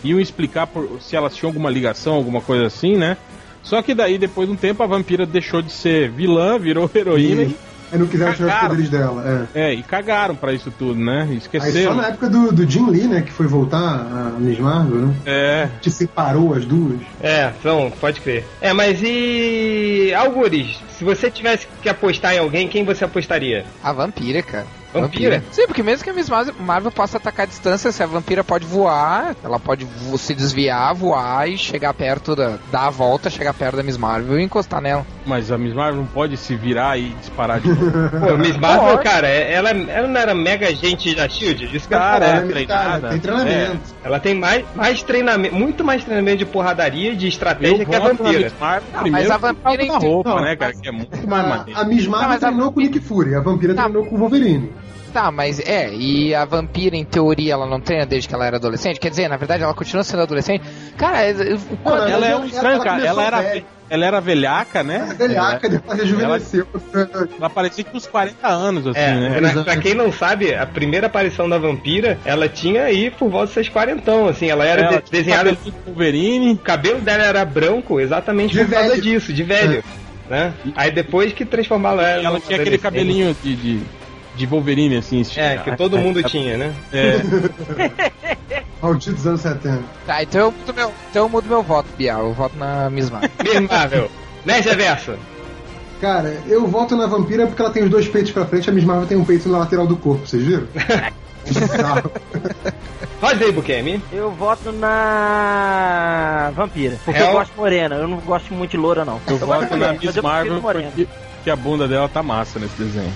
e iam explicar por- se elas tinham alguma ligação, alguma coisa assim, né? Só que daí, depois de um tempo, a vampira deixou de ser vilã, virou heroína e
Aí não quiseram tirar os
Cagaram.
poderes dela. É.
É, e cagaram pra isso tudo, né?
Aí só
Esqueceram.
na época do, do Jim Lee, né, que foi voltar a Miss Marvel, né?
É,
Que separou as duas.
É, então, pode crer. É, mas e. Algures, se você tivesse que apostar em alguém, quem você apostaria?
A vampira, cara.
Vampira?
Sim, porque mesmo que a Miss Mar- Marvel possa atacar a distância, se a vampira pode voar, ela pode vo- se desviar, voar e chegar perto da. dar a volta, chegar perto da Miss Marvel e encostar nela.
mas a Miss Marvel não pode se virar e disparar de novo.
Pô, Miss Marvel, cara, é- ela, ela não era mega gente da Shield? Isso que eu ia
Cara,
falar.
é
Ela militar,
treinada. É,
Tem treinamento.
Ela tem mais, mais treinamento, muito mais treinamento de porradaria, de estratégia
Eu
que a
voto na
vampira.
Miss Marvel
Não,
Ah, primeiro
mas a
por causa
vampira
da
tem-
roupa,
não,
né, cara? Que é muito mais
A, a
maneiro.
Miss Marvel
Não, mas a-
treinou com o Nick Fury, a vampira
Tá.
treinou com o Wolverine.
Tá, mas é, e a vampira, em teoria, ela não treina desde que ela era adolescente? Quer dizer, na verdade, ela continua sendo adolescente? Cara, é- é- o
Não,
quadro-
Ela é um
Ela-
estranho,
ela
cara. Ela
começou
era,
velha.
ve- ela era velhaca, né?
A velhaca, depois rejuvenesceu.
Ela parecia que tinha uns 40 anos, assim,
É,
né?
pra, pra quem não sabe, a primeira aparição da vampira, ela tinha aí por volta dos seus quarentão, assim, ela era
Ela
de-
tinha
desenhada.
cabelo de Wolverine.
O cabelo dela era branco exatamente
De
por causa
velho.
disso, de velho.
É.
Né? Aí depois que transformaram ela.
E ela
numa
tinha aquele
adolescente.
cabelinho de, de, de Wolverine, assim.
É, que todo mundo tinha, né?
É,
Malditos anos 70.
Tá, então eu mudo meu, então eu mudo meu voto, Bial. Eu voto na Miss Marvel.
Miss Marvel. né, Geverso?
Cara, eu voto na vampira porque ela tem os dois peitos pra frente, a Miss Marvel tem um peito na lateral do corpo, vocês viram? Bizarro.
Rosa aí, Bukemi.
Eu voto na vampira, porque
É
eu
o-
gosto de morena, eu não gosto muito de loura não.
eu voto na
morena, mas
Miss
eu prefiro
Marvel
morena.
porque, porque a bunda dela tá massa nesse desenho.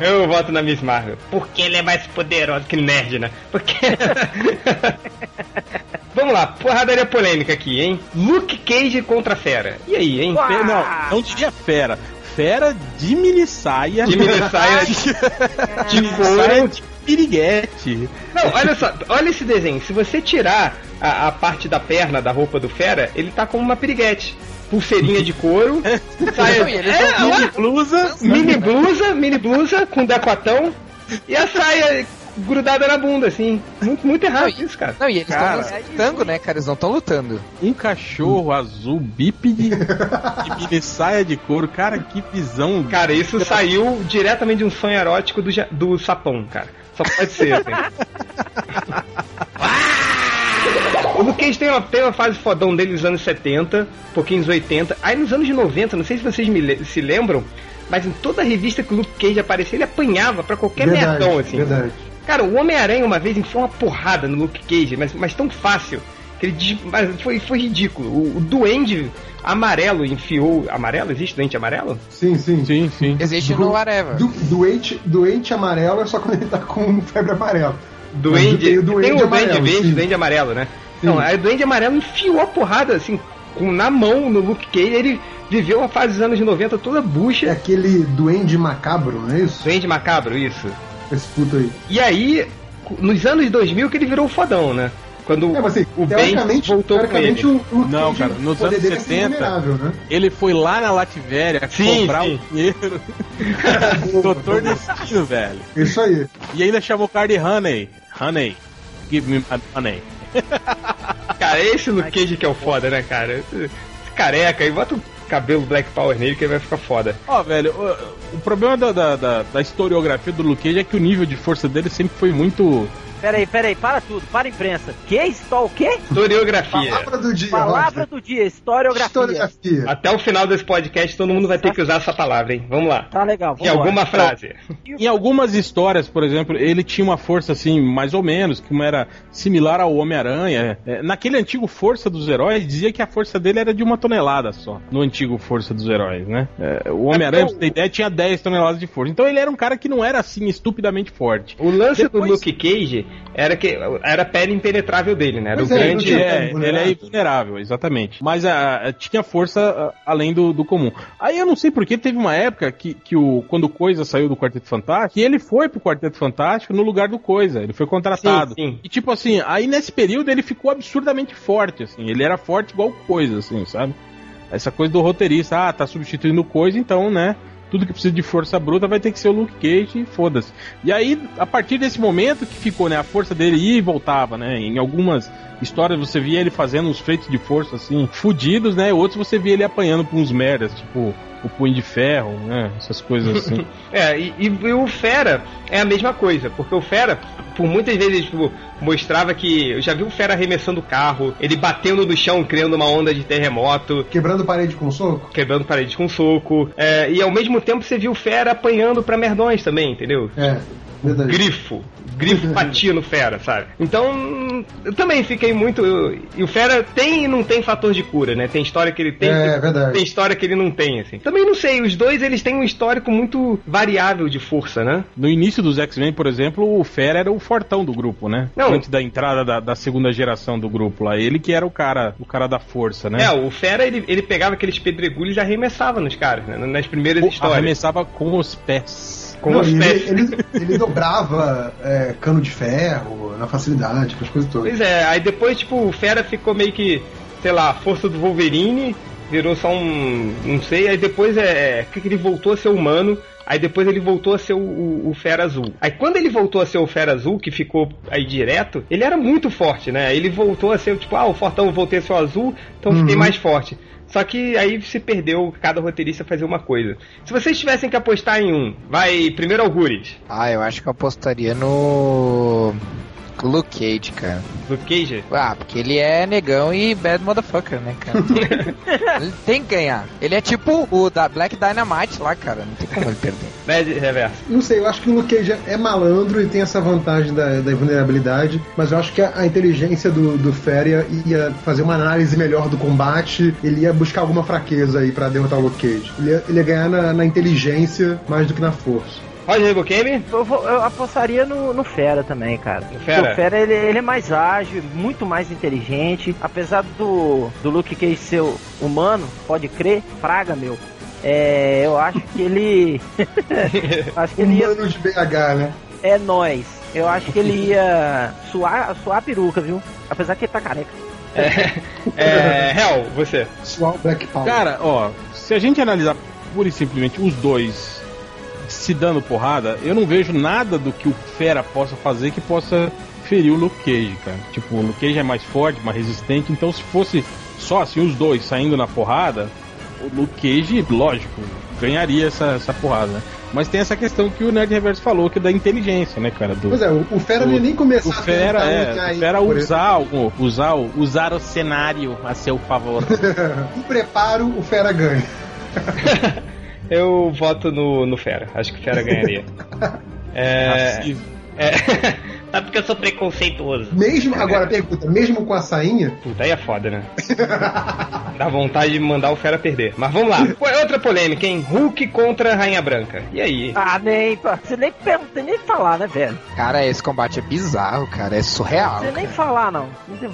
Eu voto na Miss Marvel. Porque ele é mais poderoso que nerd, né? Porque. Vamos lá, porradaria polêmica aqui, hein? Luke Cage contra a Fera. E aí, hein?
Uau!
Fe-
Ah,
Não, não diria fera. Fera de minissaia.
De minissaia.
de minissaia de piriguete.
Não, olha só, olha esse desenho. Se você tirar a, a parte da perna da roupa do Fera, ele tá como uma piriguete. Pulseirinha de couro, saia.
Não, e ele
É, olha,
Blusa.
mini blusa, mini blusa com decotão e a saia grudada na bunda, assim. Muito, muito errado isso, cara.
Não, e eles
Cara.
estão lutando, né, cara? Eles não estão lutando.
Um cachorro azul bípede de minissaia de couro. Cara, que visão.
Cara, isso saiu diretamente de um sonho erótico do, ja- do sapão, cara. Só pode ser, assim. O Luquez tem uma, tem uma fase fodão dele nos anos 70, um pouquinho nos 80. Aí nos anos 90, não sei se vocês me le- se lembram, mas em toda revista que o Luke Cage aparecia, ele apanhava pra qualquer merdão, assim.
verdade.
Cara, o Homem-Aranha uma vez enfiou uma porrada no Luke Cage, mas, mas tão fácil. Que ele des- mas foi, foi ridículo. O, o duende amarelo enfiou. Amarelo? Existe doente amarelo?
Sim, sim.
Sim, sim.
Existe no Areva.
Do, doente, doente amarelo é só quando ele tá com febre amarela.
Duende. Tem
Tem o
o
duende
duende,
amarelo,
verde,
sim.
duende amarelo, né? Não, aí o duende amarelo enfiou a porrada assim, com, na mão no Luke Cage. Ele viveu uma fase dos anos 90 toda
É
bucha.
aquele duende macabro, não é isso?
Duende macabro, isso.
Esse puto aí.
E aí, cu- nos anos 2000 que ele virou fodão, né? Quando
É, mas assim,
o Ben
teoricamente,
voltou com ele.
teoricamente um o, o
Não,
Cage,
cara, nos
o poder
anos
dele é ser
70,
vulnerável, né?
Ele foi lá na Lativéria
Sim,
comprar
sim.
um dinheiro. Doutor Destino, velho.
Isso aí.
E ainda chamou o cara de Honey. Honey. Give me my honey.
Cara, esse Luke Cage que é o foda, né, cara? Esse Careca, e bota o cabelo Black Power nele que ele vai ficar foda.
Ó, velho, o, o problema da, da, da- da historiografia do Luke Cage é que o nível de força dele sempre foi muito.
Peraí, peraí, para tudo, para a imprensa. Que é história, o quê?
Historiografia.
Palavra do dia.
Palavra
Roger.
do dia, historiografia.
Historiografia.
Até o final desse podcast todo mundo vai ter que usar essa palavra, hein? Vamos lá.
Tá legal,
Em
vamos lá.
alguma frase.
Em algumas histórias, por exemplo, ele tinha uma força assim, mais ou menos, que era similar ao Homem-Aranha. É, naquele antigo Força dos Heróis, dizia que a força dele era de uma tonelada só. No antigo Força dos Heróis, né? É, o Homem-Aranha, pra você ter ideia, tinha 10 toneladas de força. Então ele era um cara que não era assim, estupidamente forte.
O lance
Depois-
do Luke Cage era que era a pele impenetrável dele, né? Era
Pois
o
é, ele não
grande.
tinha-
É,
vulnerável.
ele é vulnerável, exatamente. Mas a, a- tinha força a, além do, do comum. Aí eu não sei porque teve uma época que, que o, quando o Coisa saiu do Quarteto Fantástico, que ele foi pro Quarteto Fantástico no lugar do Coisa. Ele foi contratado.
Sim, sim.
E tipo assim, aí nesse período ele ficou absurdamente forte, assim. Ele era forte igual o Coisa, assim, sabe? Essa coisa do roteirista, ah, tá substituindo o Coisa, então, né? Tudo que precisa de força bruta vai ter que ser o Luke Cage e foda-se. E aí, a partir desse momento que ficou, né? A força dele ia e voltava, né? Em algumas histórias você via ele fazendo uns feitos de força, assim, fudidos, né? Outros você via ele apanhando pra uns merdas, tipo o punho de ferro, né? Essas coisas assim.
É, e, e o Fera é a mesma coisa, porque o Fera, por muitas vezes, tipo, mostrava que. Eu já vi o Fera arremessando o carro, ele batendo no chão, criando uma onda de terremoto,
Quebrando parede com soco?
quebrando parede com soco. É, e ao mesmo tempo você viu o Fera apanhando pra merdões também, entendeu?
É, verdade.
Grifo. Grifo patia no Fera, sabe? Então, eu também fiquei muito. E o Fera tem e não tem fator de cura, né? Tem história que ele tem.
É,
que-
verdade.
Tem história que ele não tem, assim. Também não sei, os dois eles têm um histórico muito variável de força, né?
No início dos X-Men, por exemplo, o Fera era o fortão do grupo, né?
Não.
Antes da entrada da, da segunda geração do grupo lá. Ele que era o cara, o cara da força, né?
É, o Fera ele, ele pegava aqueles pedregulhos e arremessava nos caras, né? Nas primeiras
O-
histórias.
arremessava com os pés.
Com
Não,
os
e
pés.
ele, ele, ele dobrava é, cano de ferro na facilidade, com as coisas todas.
Pois é, aí depois, tipo, o Fera ficou meio que, sei lá, a força do Wolverine, virou só um. não sei, aí depois é. que que ele voltou a ser humano, aí depois ele voltou a ser o, o, o Fera Azul. Aí quando ele voltou a ser o Fera Azul, que ficou aí direto, ele era muito forte, né? Ele voltou a ser, tipo, ah, o Fortão eu voltei a ser o azul, então eu fiquei mais forte. Só que aí se perdeu cada roteirista fazer uma coisa. Se vocês tivessem que apostar em um, vai, primeiro Algures,
Ah, eu acho que eu apostaria no. Luke Cage, cara.
Luke Cage.
Ah, porque ele é negão e bad motherfucker, né, cara? ele tem que ganhar. Ele é tipo o da Black Dynamite lá, cara. Não tem como ele perder.
Bad Reverso.
Não sei, eu acho que o Luke Cage é malandro e tem essa vantagem da, da vulnerabilidade, mas eu acho que a, a inteligência do, do Féria ia fazer uma análise melhor do combate, ele ia buscar alguma fraqueza aí pra derrotar o Luke Cage. Ele ia, ele ia ganhar na, na inteligência mais do que na força.
Roger Rebocame?
Eu, vou- eu apostaria no, no Fera também, cara.
No Fera?
Porque O Fera ele, ele é mais ágil, muito mais inteligente. Apesar do, do Luke Cage ser o- humano, pode crer, fraga, meu. É, eu acho que ele. acho que ele ia.
Humano de BH, né?
É nós. Eu acho que ele ia suar, suar a peruca, viu? Apesar que ele tá careca.
É. Hel, você.
Sual Black Power.
Cara, ó, se a gente analisar pura e simplesmente os dois se dando porrada, eu não vejo nada do que o Fera possa fazer que possa ferir o Luke Cage, cara. Tipo, o Luke Cage é mais forte, mais resistente, então se fosse só assim os dois saindo na porrada, o Luke Cage, lógico, ganharia essa, essa porrada, né? Mas tem essa questão que o Nerd Reverso falou, que é da inteligência, né, cara? Do,
Pois é, o, o Fera
O-
não ia nem começar
o Fera,
tentar
é,
lutar
o
aí,
Fera
por
usar, o, usar, o- usar o cenário a seu favor.
exemplo. Com preparo, o Fera ganha.
Eu voto no, no Fera. Acho que o Fera ganharia. é.
Assim,
é... Sabe porque eu sou preconceituoso.
Mesmo, agora, pergunta, mesmo com a sainha,
Puta, aí é foda, né? Dá vontade de mandar o Fera perder. Mas vamos lá. Pô, Outra polêmica, hein? Hulk contra Rainha Branca. E aí?
Ah, nem. pá, Você nem pergunta, nem falar, né, velho?
Cara, esse combate é bizarro, cara. É
Ah,
surreal.
Você nem falar, não.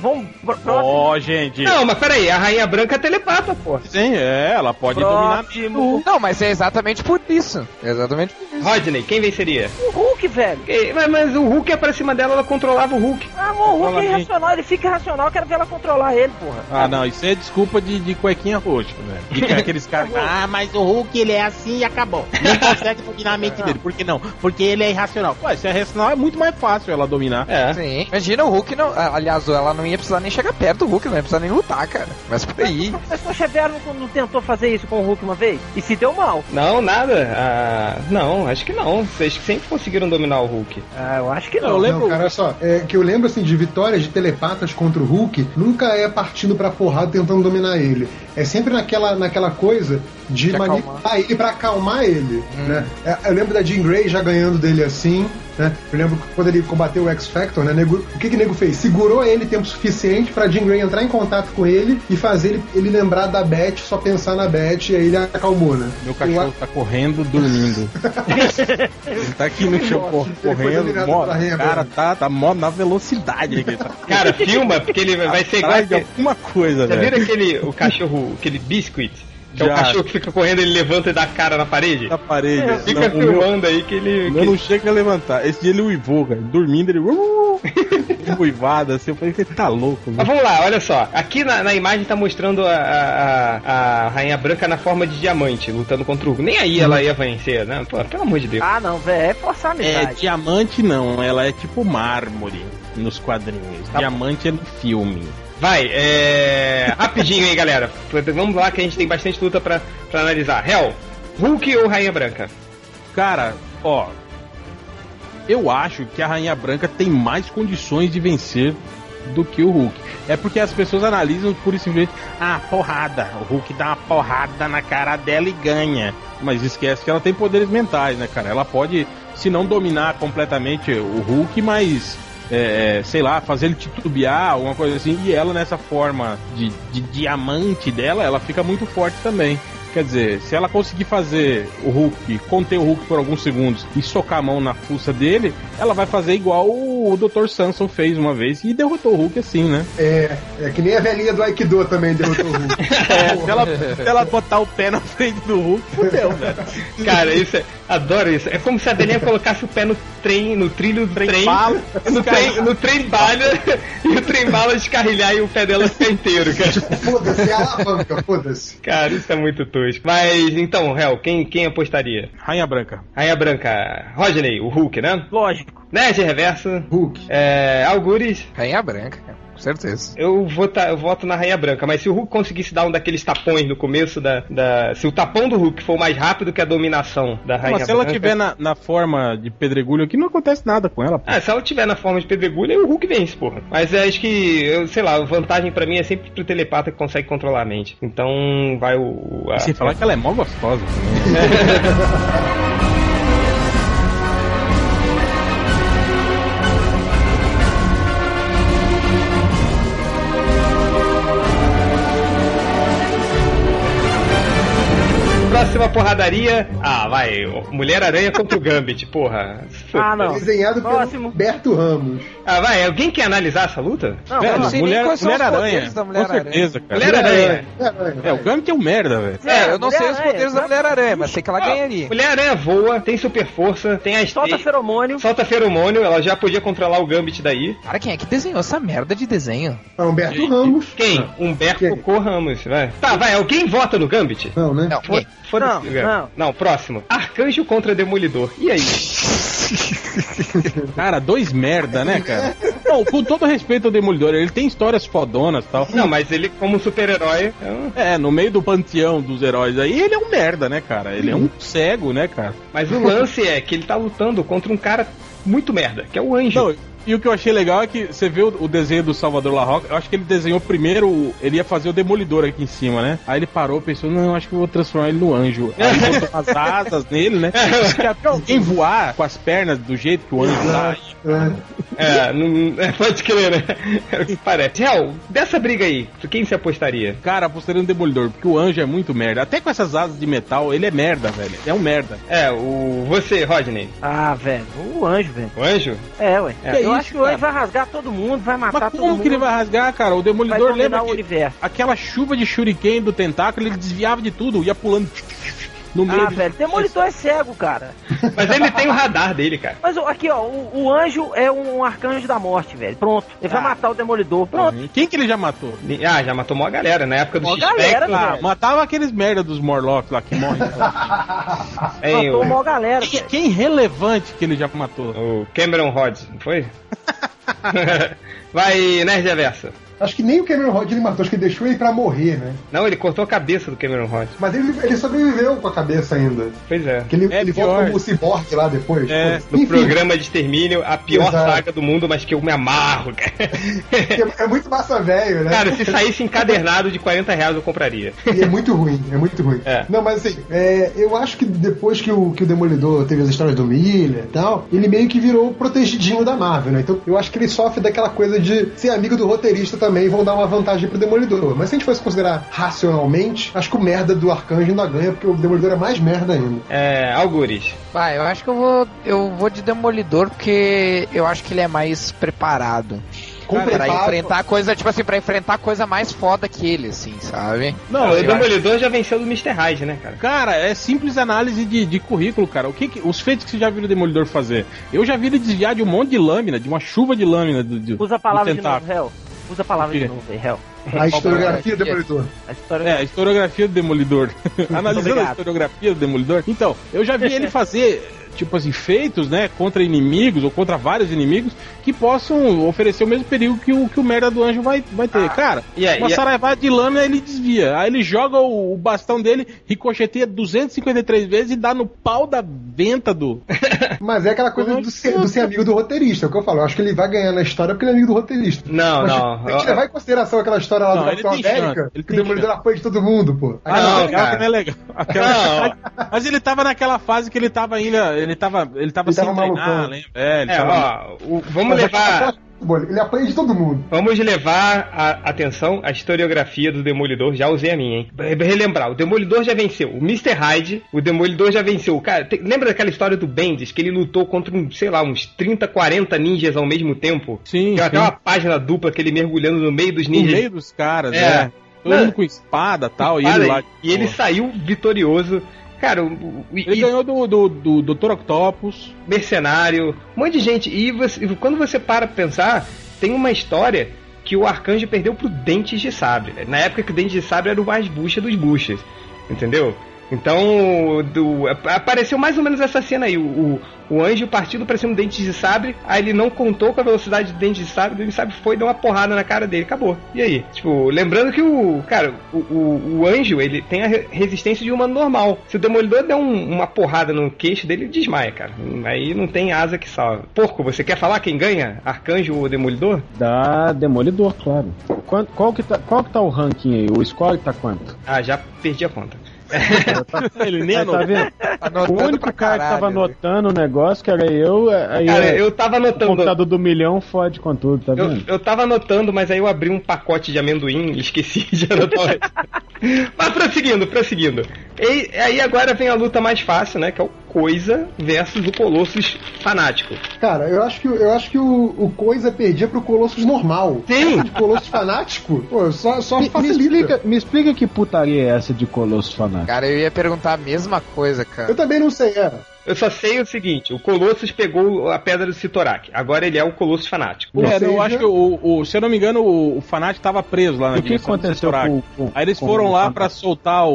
Vamos. pro- Próximo.
Ó, gente.
Não, mas peraí, a Rainha Branca é telepata, pô.
Sim, é, ela pode dominar
Próximo.
Não, mas é exatamente por isso. É exatamente por isso.
Rodney, quem venceria?
O Hulk, velho.
Que- Mas, mas o Hulk ia pra cima dela, ela controlava o Hulk.
Ah, amor, o Hulk é
Controla bem.
irracional, ele fica irracional, eu quero ver ela controlar ele, porra.
Ah, não, isso é desculpa de, de cuequinha roxa, velho. De aqueles caras que ah, mas o Hulk ele é assim e acabou. Não consegue dominar a mente dele. Por que não? Porque ele é irracional. Pô, se é irracional é muito mais fácil ela dominar.
É.
Sim. Imagina o Hulk não. ah, Aliás, ela não ia precisar nem chegar perto do Hulk, não ia precisar nem lutar, cara. Mas por aí.
O professor Xavier não, não tentou fazer isso com o Hulk uma vez? E se deu mal?
Não, nada. Ah, não, acho que não. Vocês sempre conseguiram dominar o Hulk.
Ah, eu acho que
Eu
não.
lembro.
Não, cara, olha só. É, que eu lembro assim de vitórias de telepatas contra o Hulk, nunca é partindo pra porrada tentando dominar ele. É sempre naquela, naquela coisa de,
De acalmar.
manipular ele pra acalmar ele.
Hum.
Né? É, Eu lembro da Jean Grey já ganhando dele assim. Né? Eu lembro quando ele combateu o X Factor, né? Nego, o que, que o nego fez? Segurou ele tempo suficiente pra Jean Grey entrar em contato com ele e fazer ele, ele lembrar da Beth, só pensar na Beth, e aí ele acalmou, né?
Meu cachorro tá correndo, dormindo. ele tá aqui no chão cor-
Ele foi
correndo,
dominado
mó,
pela rainha
cara,
branca.
tá, tá mó na velocidade aqui. Tá
Cara, filma, porque ele vai ser igual.
atrás de
aquele-
alguma coisa,
Já
velho.
viram aquele o cachorro, aquele biscuit? Que é o
É. Já.
cachorro que fica correndo, ele levanta e dá a cara na parede?
Na parede.
Fica
Não, o meu-
filmando aí que ele.
O
que-
meu não chega a levantar. Esse dia ele uivou, cara. Dormindo, ele. uh, Uivado, assim. Eu falei, você tá louco,
Mas
velho.
vamos lá, olha só. Aqui na, na imagem tá mostrando a, a, a- a Rainha Branca na forma de diamante, lutando contra o Hugo. Nem aí ela ia vencer, né? Pô, pelo amor de Deus.
Ah, não, velho, é forçar a
É,
amizade.
diamante não, ela é tipo mármore nos quadrinhos.
Tá
diamante é no filme.
Vai, é. Rapidinho aí, galera. Vamos lá que a gente tem bastante luta pra, pra analisar. Hell, Hulk ou Rainha Branca?
Cara, ó. Eu acho que a Rainha Branca tem mais condições de vencer do que o Hulk. É porque as pessoas analisam por simplesmente, ah, porrada. O Hulk dá uma porrada na cara dela e ganha. Mas esquece que ela tem poderes mentais, né, cara? Ela pode, se não dominar completamente o Hulk, mas. é, é, sei lá, fazer ele titubear, alguma coisa assim, e ela nessa forma de, de diamante dela, ela fica muito forte também. Quer dizer, se ela conseguir fazer o Hulk, conter o Hulk por alguns segundos e socar a mão na fuça dele, ela vai fazer igual o Dr. Samson fez uma vez e derrotou o Hulk assim, né?
É, é que nem a velhinha do Aikido também derrotou o Hulk.
É, se ela, se ela botar o pé na frente do Hulk, fudeu, velho.
Cara, isso é. Adoro isso. É como se a Belinha colocasse o pé no trem, no trilho do trem.
bala.
no, trem no trem bala e o trem bala descarrilhar e o pé dela ficar inteiro, cara.
Foda-se, é a alavanca, foda-se.
Cara, isso é muito tosco. Mas então, Hel, quem, quem apostaria?
Rainha Branca.
Rainha Branca, Rodney, o Hulk, né?
Lógico.
Né, de reverso.
Hulk.
É, Algures,
Rainha branca, cara, com certeza.
eu, vota, eu voto na Rainha Branca, mas se o Hulk conseguisse dar um daqueles tapões no começo da. da- se o tapão do Hulk for mais rápido que a dominação da Rainha
Mas se ela
Branca-
tiver na, na forma de pedregulho aqui, não acontece nada com ela. pô.
Ah, se ela tiver na forma de pedregulho, aí o Hulk vence, porra. Mas eu acho que, eu, sei lá, a vantagem pra mim é sempre pro telepata que consegue controlar a mente. Então vai o. a-
E sem falar que ela é mó gostosa.
Próxima porradaria. Ah, vai. Mulher-Aranha contra o Gambit, porra.
Ah, não.
Desenhado
Próximo.
pelo Berto Ramos.
Ah, vai. Alguém quer analisar essa luta?
Não,
Velho,
vamos lá.
sei nem
mulher,
quais são os
mulher aranha.
poderes da Mulher
Com certeza, cara.
Mulher-Aranha.
É,
É, o Gambit é um merda, velho.
É, eu não sei os
Mulher-Aranha,
poderes da
né?
Mulher-Aranha, mas sei que ela
Ah,
ganha ali.
Mulher-Aranha voa, tem super força, tem a
Solta
esteira-
feromônio.
Solta feromônio, ela já podia controlar o Gambit daí.
Cara, quem é que desenhou essa merda de desenho?
É o Humberto Ramos.
Quem? Humberto
Quem?
Cocô Ramos, vai. Tá, vai, alguém vota no Gambit?
Não, né?
Não,
Fo-
quem? é?
Não,
Foda-se, Gambit.
não.
não, próximo. Arcanjo contra Demolidor. E aí?
Cara, dois merda, né, cara? Não, com todo respeito ao Demolidor, ele tem histórias fodonas e tal.
Não, mas ele, como super-herói, é um-
É, no meio do panteão dos heróis aí, ele é um merda, né, cara? Ele é um cego, né, cara?
mas o lance é que ele tá lutando contra um cara muito merda, que é o Anjo.
Não, e o que eu achei legal é que você vê o, o desenho do Salvador La Roca, eu acho que ele desenhou primeiro, o- ele ia fazer o Demolidor aqui em cima, né? Aí ele parou, pensou, não, acho que eu vou transformar ele no anjo. Aí botou as asas nele, né? Pra alguém voar com as pernas do jeito que o anjo tá.
É.
É, não, é, pode crer, né? É o que parece. Real, dessa briga aí, quem se apostaria?
Cara, apostaria no Demolidor, porque o anjo é muito merda. Até com essas asas de metal, ele é merda, velho. É um merda.
É, o. Você, Rodney.
Ah, velho. O anjo, velho.
O Anjo?
É, ué.
É.
eu
Que
isso,
acho que o anjo
cara?
vai rasgar todo mundo, vai matar
Mas
todo
como
mundo.
que ele vai rasgar, cara? O
vai
Demolidor lembra
dominar o
que
universo.
aquela chuva de shuriken do tentáculo, ele desviava de tudo, ia pulando no meio.
Ah,
de-
velho, Demolidor é cego, cara.
Mas ele tem o radar dele, cara.
Mas ó, aqui, ó, o, o anjo é um arcanjo da morte, velho. Pronto. Ele vai
Ah.
matar o Demolidor. Pronto.
Quem que ele já matou?
Ah, já matou mó galera na época do
Mó
X-Factor,
galera,
Ah,
velho.
matava aqueles merda dos Morlocks lá que morrem.
hein,
Matou
o-
uma
né?
maior galera.
quem,
velho.
quem relevante que ele já matou?
O Cameron Rhodes, não foi? Vai, Nerd Aversa.
Acho que nem o Cameron Rod ele matou, acho que ele deixou ele pra morrer, né?
Não, ele cortou a cabeça do Cameron Rhodes.
Mas ele, ele sobreviveu com a cabeça ainda.
Pois é.
Que ele,
É
ele
pior.
volta como o ciborgue lá depois.
É,
Pô,
No
enfim,
programa de extermínio, a pior
Exato.
saga do mundo, mas que eu me amarro, cara.
é, é muito massa velho, né?
Cara, se saísse encadernado de 40 reais, eu compraria.
E é muito ruim, é muito ruim.
É.
Não, mas assim, é, eu acho que depois que o, que o Demolidor teve as histórias do Miller e tal, ele meio que virou o protegidinho da Marvel, né? Então eu acho que ele sofre daquela coisa de ser amigo do roteirista também, vão dar uma vantagem pro Demolidor. Mas se a gente fosse considerar racionalmente, acho que o merda do Arcanjo ainda ganha, porque o Demolidor é mais merda ainda.
É, Algures.
Ah, eu acho que eu vou, eu vou de Demolidor porque eu acho que ele é mais preparado.
Com
Pra
preparo-
enfrentar coisa, tipo assim, pra enfrentar coisa mais foda que ele, assim, sabe?
Né?
Não, o
eu acho-
Demolidor já venceu do Mr. Hyde, né, cara?
Cara, é simples análise de, de currículo, cara. O que, que- os feitos que você já viu o Demolidor fazer? Eu já vi ele desviar de um monte de lâmina, de uma chuva de lâmina do, do,
Usa a
do
palavra de
tentáculo.
novo, Hel. Usa a palavra
O quê?
de novo, velho, Hel.
A historiografia do Demolidor.
A história
É, a historiografia do Demolidor. Analisando a
Obrigado.
historiografia do Demolidor. Então, eu já vi ele fazer tipo assim, feitos, né, contra inimigos ou contra vários inimigos que possam oferecer o mesmo perigo que o, que o merda do anjo vai, vai ter. Cara,
Ah, e é- aí-
uma
e aí-
saraivada de lâmina ele desvia. Aí ele joga o, o bastão dele, ricocheteia 253 vezes e dá no pau da venta do.
Mas é aquela coisa do ser, do ser amigo do roteirista, é o que eu falo. Eu acho que ele vai ganhar na história porque ele é amigo do roteirista.
Não,
Mas
não.
Tem que levar em consideração aquela história lá
Não,
do
ele
Capitão
tem chance,
América,
ele
que o
tem
Demolidor apanha de todo mundo, pô.
Ah, não,
Não,
legal,
cara.
que não é legal. Aquela-
Não.
Mas ele tava naquela fase que ele tava ainda. Ele tava. Ele tava
Ele
sem
tava
treinar,
malucão.
lembra? É, ele
É,
tava-
ó, o- vamos
Mas é que
levar.
Ele apanha de todo mundo.
Vamos levar a atenção à historiografia do Demolidor, já usei a minha, hein? Re- Relembrar, o Demolidor já venceu o Mr. Hyde, o Demolidor já venceu o cara. tem- lembra daquela história do Bendis que ele lutou contra um, sei lá, uns 30, 40 ninjas ao mesmo tempo?
Sim,
Tem até
sim.
uma página dupla que ele mergulhando no meio dos
no
ninjas.
meio dos caras,
É.
né? Todo
Não.
mundo com espada e tal, e
Para
ele
aí.
lá.
e ele
Pô.
saiu vitorioso. Cara, o, o- e-
Ele
e-
ganhou do, do, do Dr. Octopus.
mercenário, um monte de gente. E você- e quando você para pra pensar, tem uma história que o Arcanjo perdeu pro Dentes de Sabre. Na época que o Dentes de Sabre era o mais bucha dos buchas, entendeu? Então, do- ap- apareceu mais ou menos essa cena aí. O, o- o anjo partindo pra cima do Dentes de Sabre, aí ele não contou com a velocidade do Dentes de Sabre, o Dentes de Sabre foi e deu uma porrada na cara dele, acabou. E aí? Tipo, lembrando que o, cara, o, o- o anjo, ele tem a re- resistência de um humano normal. Se o Demolidor der um- uma porrada no queixo dele, ele desmaia, cara. Aí não tem asa que salva. Porco, você quer falar quem ganha? Arcanjo ou Demolidor?
Da Demolidor, claro. Quanto- qual, que tá, qual que tá o ranking aí? O score tá quanto?
Ah, já perdi a conta.
Ele nem é
Aí, tá
anotou.
vendo?
Anotando
O único
pra
cara que tava
caralho, né?
anotando o negócio, que era eu, aí
Cara,
é-
eu tava
o
anotando.
computador do milhão fode com tudo, tá
Eu,
vendo?
eu tava anotando, mas aí eu abri um pacote de amendoim e esqueci de anotar. o resto. mas prosseguindo, prosseguindo. E, aí agora vem a luta mais fácil, né? Que é o Coisa versus o Colossus Fanático.
Cara, eu acho que, eu acho que o, o Coisa perdia pro Colossus normal.
Sim.
De Colossus fanático, pô, só, só
Me, me,
facilita.
explica, me explica que putaria é essa de Colosso Fanático.
Cara, eu ia perguntar a mesma coisa,
Eu
cara.
também não sei, é.
Eu só sei o seguinte: o Colossus pegou a pedra do Sitorak. Agora ele é o Colossus Fanático.
É,
seja-
eu acho que o, o- se eu não me engano, o, o Fanatic tava preso lá na
E o que
dimensão do
aconteceu
Setorak.
com, com
Aí eles
com
foram
o
lá
Fanático?
pra soltar o, o,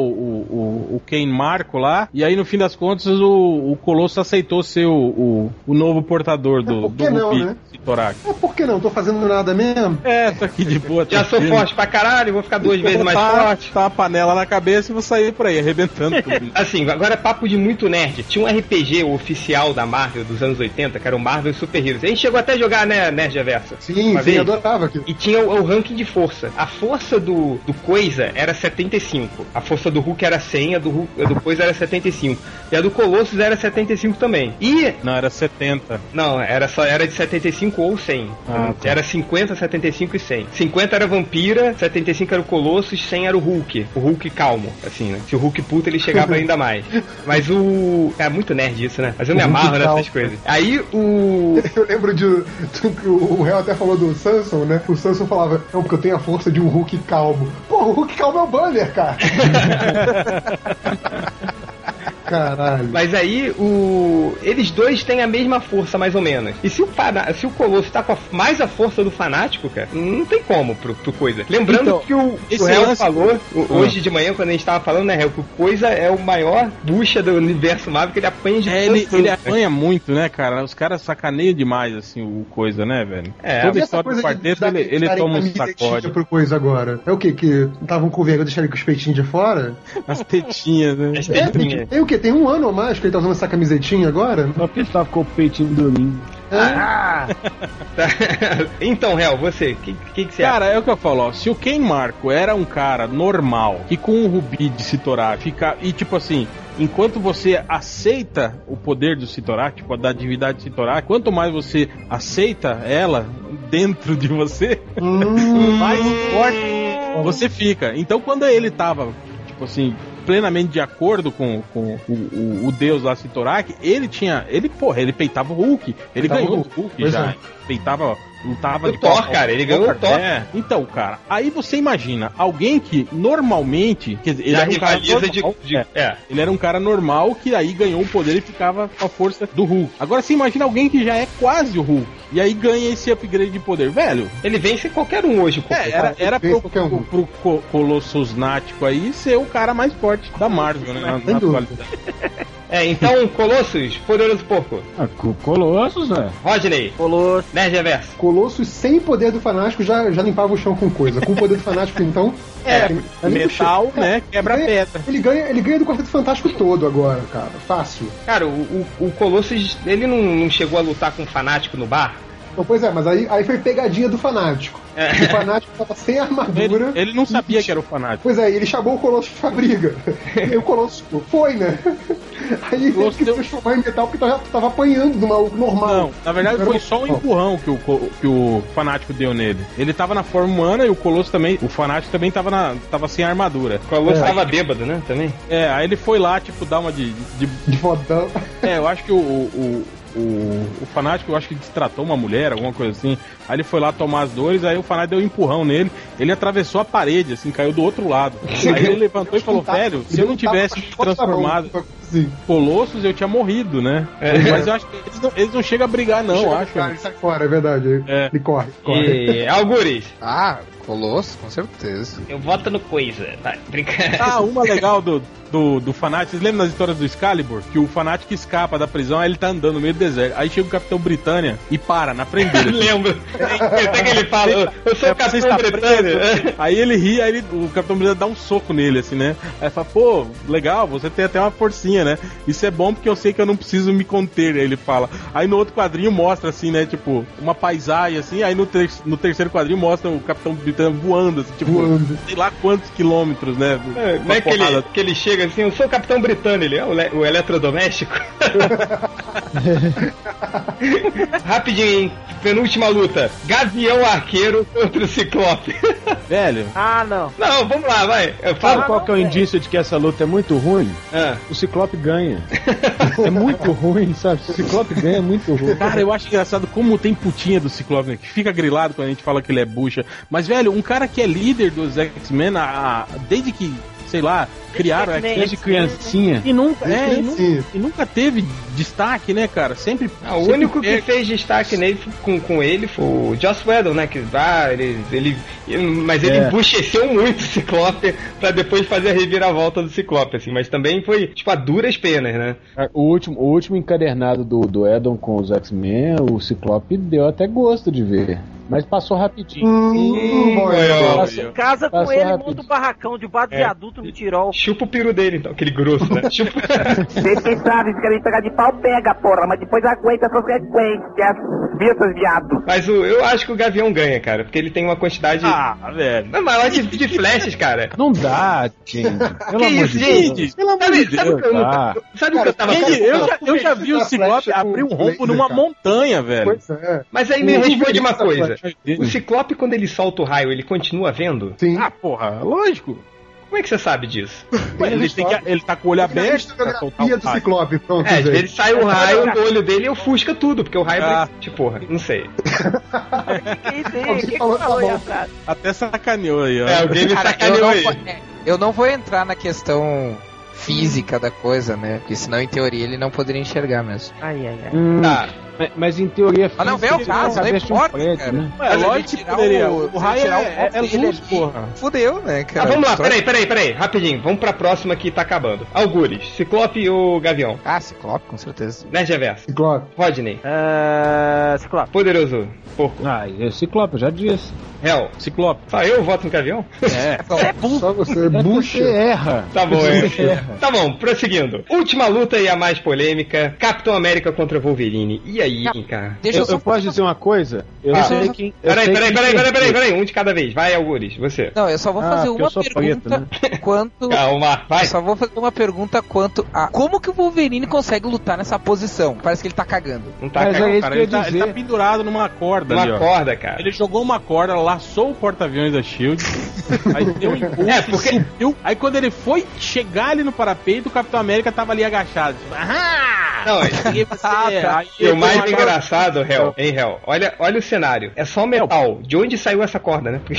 o- o Ken Marco lá, e aí no fim das contas o, o Colosso aceitou ser o, o, o novo portador do,
por que
do
não,
Rupi,
né?
Sitorak.
Ah, por que não? Tô fazendo nada mesmo?
É, tô aqui de boa.
Já sou
tranquilo.
forte pra caralho, vou ficar duas
Vou
Então tá.
vezes mais
botar-
forte.
botar a panela na cabeça e vou sair por aí, arrebentando tudo.
Assim, agora é papo de muito nerd. Tinha um RPG oficial da Marvel dos anos 80, que era o Marvel Super Heroes. A gente chegou até a jogar, né, Nerd Aversa?
Sim,
Uma
sim,
vez.
eu adorava aquilo.
E tinha o, o ranking de força. A força do, do Coisa era 75. A força do Hulk era 100, a do, Hulk, a do Coisa era 75. E a do Colossus era 75 também. E.
Não, era 70.
Não, era só era de 75 ou 100.
Ah, tá.
Era 50, 75 e 100. 50 era Vampira, 75 era o Colossus, 100 era o Hulk. O Hulk calmo, assim, né? Se o Hulk puta, ele chegava ainda mais. Mas o. É muito nerd isso, né? Mas eu me
O Hulk
amarro nessas
calmo.
coisas. Aí o.
Eu lembro de. do que o réu até falou do Samson, né? O Samson falava, não, porque eu tenho a força de um Hulk calmo. Pô, o Hulk calmo é o banner, cara. Caralho.
Mas aí o. Eles dois têm a mesma força, mais ou menos. E se o, fana... se o Colosso tá com a- mais a força do fanático, cara, não tem como pro, pro coisa. Lembrando
Então,
que o,
esse
o Hel
lance-
falou o- hoje de manhã, quando a gente tava falando, né, Hel, que o coisa é o maior bucha do universo Marvel, que ele apanha de
É, ele,
tanto.
ele apanha muito, né, cara? Os caras sacaneiam demais, assim, o coisa, né, velho?
É,
Toda
E
a
essa
história do
coisa de
quarteto,
darem-
ele, ele
darem
toma um
camisa e
sacode.
tinta Pro coisa agora. É o quê? Que estavam com vergonha de deixarem com os peitinhos de fora?
As tetinhas, né?
As
É,
tetinhas.
tem, tem o quê? Tem um ano ou mais que ele tá usando essa camisetinha agora?
Só porque ele tava com o peitinho do lindo.
né?
Ah,
Tá. então, Hel, você, o que, que, que você acha?
Cara, é o que eu falo, ó. Se o Ken Marco era um cara normal e com um rubi de Sitorak fica. E tipo assim, enquanto você aceita o poder do Sitorak, tipo, da divindade de Sitorak, quanto mais você aceita ela dentro de você,
Hum,
mais forte Hum. você fica. Então quando ele tava, tipo assim. Plenamente de acordo com, com o, o, o deus lá Sitorak, ele tinha. Ele, porra, ele peitava o Hulk. Ele
Peitava
ganhou
o
o Hulk
pois
já.
é.
Peitava, lutava
O
de
Thor,
pau-
cara, ele ganhou o Thor.
É, então, cara, aí você imagina, alguém que normalmente. Quer dizer, ele
Já
era um cara
rivaliza de.
normal,
de-
é,
é.
ele era um cara normal que aí ganhou o poder e ficava com a força do Hulk. Agora você imagina alguém que já é quase o Hulk. E aí ganha esse upgrade de poder. Velho,
Ele vence qualquer um hoje, pô.
é, era, era
Pensa
pro,
que é um
pro,
Hulk.
pro co- Colossus Nático aí ser o cara mais forte da Marvel, né? Na,
Sem
na
dúvida.
atualidade.
É, então, Colossus, Poderoso Porco,
Ah, co- Colossus, né? velho.
Rodney,
Colou
Nerd Reverso.
Colossus sem poder do fanático já, já limpava o chão com coisa. Com o poder do fanático, então.
É,
tem- limpa o chão.
Metal, né? Quebra
Ele ganha-
pedra.
Ele ganha, ele ganha do Quarteto Fantástico todo agora, cara. Fácil.
Cara, o, o, o Colossus, ele não, não chegou a lutar com um fanático no bar?
Então, pois é, mas aí, aí foi pegadinha do fanático.
É.
O fanático tava sem
Ele,
armadura.
ele não sabia que era o fanático.
Pois é, ele chamou o Colossus pra briga. E o Colossus foi, né? Aí ele teve
Colossus
que
deu-
transformar em metal porque tava, tava apanhando do maluco normal.
Não, na verdade
Era
foi só um empurrão que o, co- que o fanático deu nele. Ele tava na forma humana e o Colosso também, o fanático também tava, na, tava sem armadura.
O Colossus tava bêbado, né? Também?
É, aí ele foi lá, tipo, dar uma de. de-
De fodão.
é, eu acho que o, o, o, o fanático, eu acho que destratou uma mulher, alguma coisa assim. Aí ele foi lá tomar as dores, aí o fanático deu um empurrão nele, ele atravessou a parede, assim, caiu do outro lado. Aí ele levantou e falou, velho, se eu não tivesse me transformado
Sim.
em Colossus, eu tinha morrido, né? Mas eu acho que eles não, eles não chegam a brigar, não, eu acho.
Cara, ele sai fora, é verdade.
É.
Ele corre, corre.
E Algures,
Ah, Colosso, com certeza.
eu voto no Coisa. Tá, brincadeira.
Ah, uma legal do, do, do Fanatic. Vocês lembram das histórias do Excalibur? Que o Fanatic escapa da prisão, aí ele tá andando no meio do deserto. Aí chega o Capitão Britânia e para na frente
Eu
dele. assim.
lembro. Até que ele fala, eu- eu sou o
Você
Capitão
está
Britânia.
preso. Aí ele ri, aí ele- o Capitão Britânia dá um soco nele, assim, né? Aí fala, pô, legal, você tem até uma forcinha, né? Isso é bom porque eu sei que eu não preciso me conter, aí ele fala. Aí no outro quadrinho mostra, assim, né? Tipo, uma paisagem, assim. Aí no, ter- no terceiro quadrinho mostra o Capitão Britânia voando, assim, tipo,
Voando.
sei lá quantos quilômetros, né?
É,
Com
Não
a
é que ele,
porrada.
que ele chega assim, eu sou o Capitão Britânia, ele é o, le- o eletrodoméstico. Rapidinho, hein? penúltima luta. Gavião Arqueiro contra o Ciclope.
Velho.
Ah, não.
Não, vamos lá, vai. Eu
Sabe
falo.
qual que é o indício de que essa luta é muito ruim?
Ah,
O Ciclope ganha. É muito ruim, sabe? O Ciclope ganha é muito ruim.
Cara, eu acho engraçado como tem putinha do Ciclope, né? Que fica grilado quando a gente fala que ele é bucha. Mas, velho, um cara que é líder dos X-Men, a- a- desde que, sei lá, criaram
X-Men.
X-Men.
Desde criancinha.
E nunca, é, e, nunca,
Sim.
e nunca teve destaque, né, cara? Sempre.
ah, o
sempre
único que
pega.
fez destaque nele, com, com ele foi o Joss Whedon, né? Que ah, ele, ele, ele- Mas ele
É.
embucheceu muito o Ciclope pra depois fazer a reviravolta do Ciclope, assim. Mas também foi, tipo, a duras penas, né?
O último, o último encadernado do, do Edon com os X-Men, o Ciclope deu até gosto de ver. Mas passou rapidinho.
Hum, bom,
Olha, ó.
Passou-
Casa com
Passou
ele,
rápido.
monta um barracão debaixo do
É.
viaduto no Tirol.
Chupa o peru dele, então, aquele grosso, né? Chupa.
Vocês sabem que querem me pegar de pau, pega, porra, mas depois aguenta suas frequências. Vidas, viado.
Mas o, eu acho que o Gavião ganha, cara, porque ele tem uma quantidade
Ah, velho.
não, maior de, de flashes, cara.
Não dá, gente. Pelo amor de Deus.
Gente, pelo amor
Sabe,
de
sabe o
Deus.
que eu não-
tá.
sabe o que eu tava
Gente,
falando?
eu, já, eu já vi o
Tá
Ciclope
flecha
abrir um
com
rombo
laser,
numa
cara.
montanha, velho.
Pois é.
Mas aí me
Não,
responde
não,
uma
não,
coisa.
não.
O Ciclope, quando ele solta o raio, ele continua vendo?
Sim.
Ah, porra, lógico.
Como é que você sabe disso?
Mas ele, tem que, ele tá com o olho
Olha a
aberto. pra soltar o
historiografia do
raio.
Ciclope, pronto,
É, às
gente.
vezes sai o raio do olho dele e ofusca tudo, porque o raio
Ah.
é tipo, porra, não sei.
Que ideia,
Alguém
que que
falou, tá
falou aí
bom.
atrás?
Até sacaneou aí, ó.
É, alguém me
Cara, eu
sacaneou
não,
aí.
vou, é, eu não vou entrar na questão física da coisa, né? Porque senão, em teoria, ele não poderia enxergar mesmo.
Ai, ai, ai.
Hum,
Tá,
mas- Mas em teoria é
Ah, não, vem ao
física, ele
caso, não
atravessa um
importa,
prédio,
cara.
né?
É lógico que poderia. O,
se ele
raio
tirar o
é, é,
óculos
é
dele
luz,
ali,
porra.
Fudeu, né, cara?
Ah, vamos lá,
Só-
peraí, peraí, peraí, rapidinho. Vamos pra próxima que tá acabando. Algures, Ciclope ou Gavião?
Ah, Ciclope, com certeza.
Nerd Reverso.
Ciclope.
Rodney.
Ah, Ciclope.
Poderoso. Porco.
Ah, é o Ciclope, eu já disse.
Hell.
Ciclope.
Só eu voto no Gavião?
É.
Só você,
É porque
bucha.
Você erra.
Tá bom, é.
Erra.
Tá bom, prosseguindo. Última luta e a mais polêmica: Capitão América contra Wolverine. E aí, cara?
Deixa
Eu,
eu só...
eu posso dizer uma coisa? Eu
Ah.
sei quem. eu
Peraí,
sei
peraí,
quem
peraí, peraí,
perdeu.
peraí, peraí. Um de cada vez. Vai, Algures, você.
Não, eu né? só vou
Ah,
fazer
porque
uma
eu sou
pergunta
preto,
quanto...
Calma, vai.
Eu só vou fazer uma pergunta quanto a... Como que o Wolverine consegue lutar nessa posição? Parece que ele tá cagando.
Não tá
Mas
cagando.
é isso
Cara,
que eu
ele,
ia
tá, ele tá
dizer.
pendurado numa corda ali,
Uma
ó.
corda, cara.
Ele jogou uma corda, laçou o porta-aviões da SHIELD, aí deu um impulso,
É, porque-
subiu. Aí quando ele foi chegar ali no parapeito, o Capitão América tava ali agachado. Tipo, ahá!
Não,
Peguei
Ah,
você.
tá.
Aí
e
ele
o mais
deu uma-
engraçado, Hel, hein, Hel? Olha, olha o cenário. É só metal. De onde saiu essa corda, né? Porque-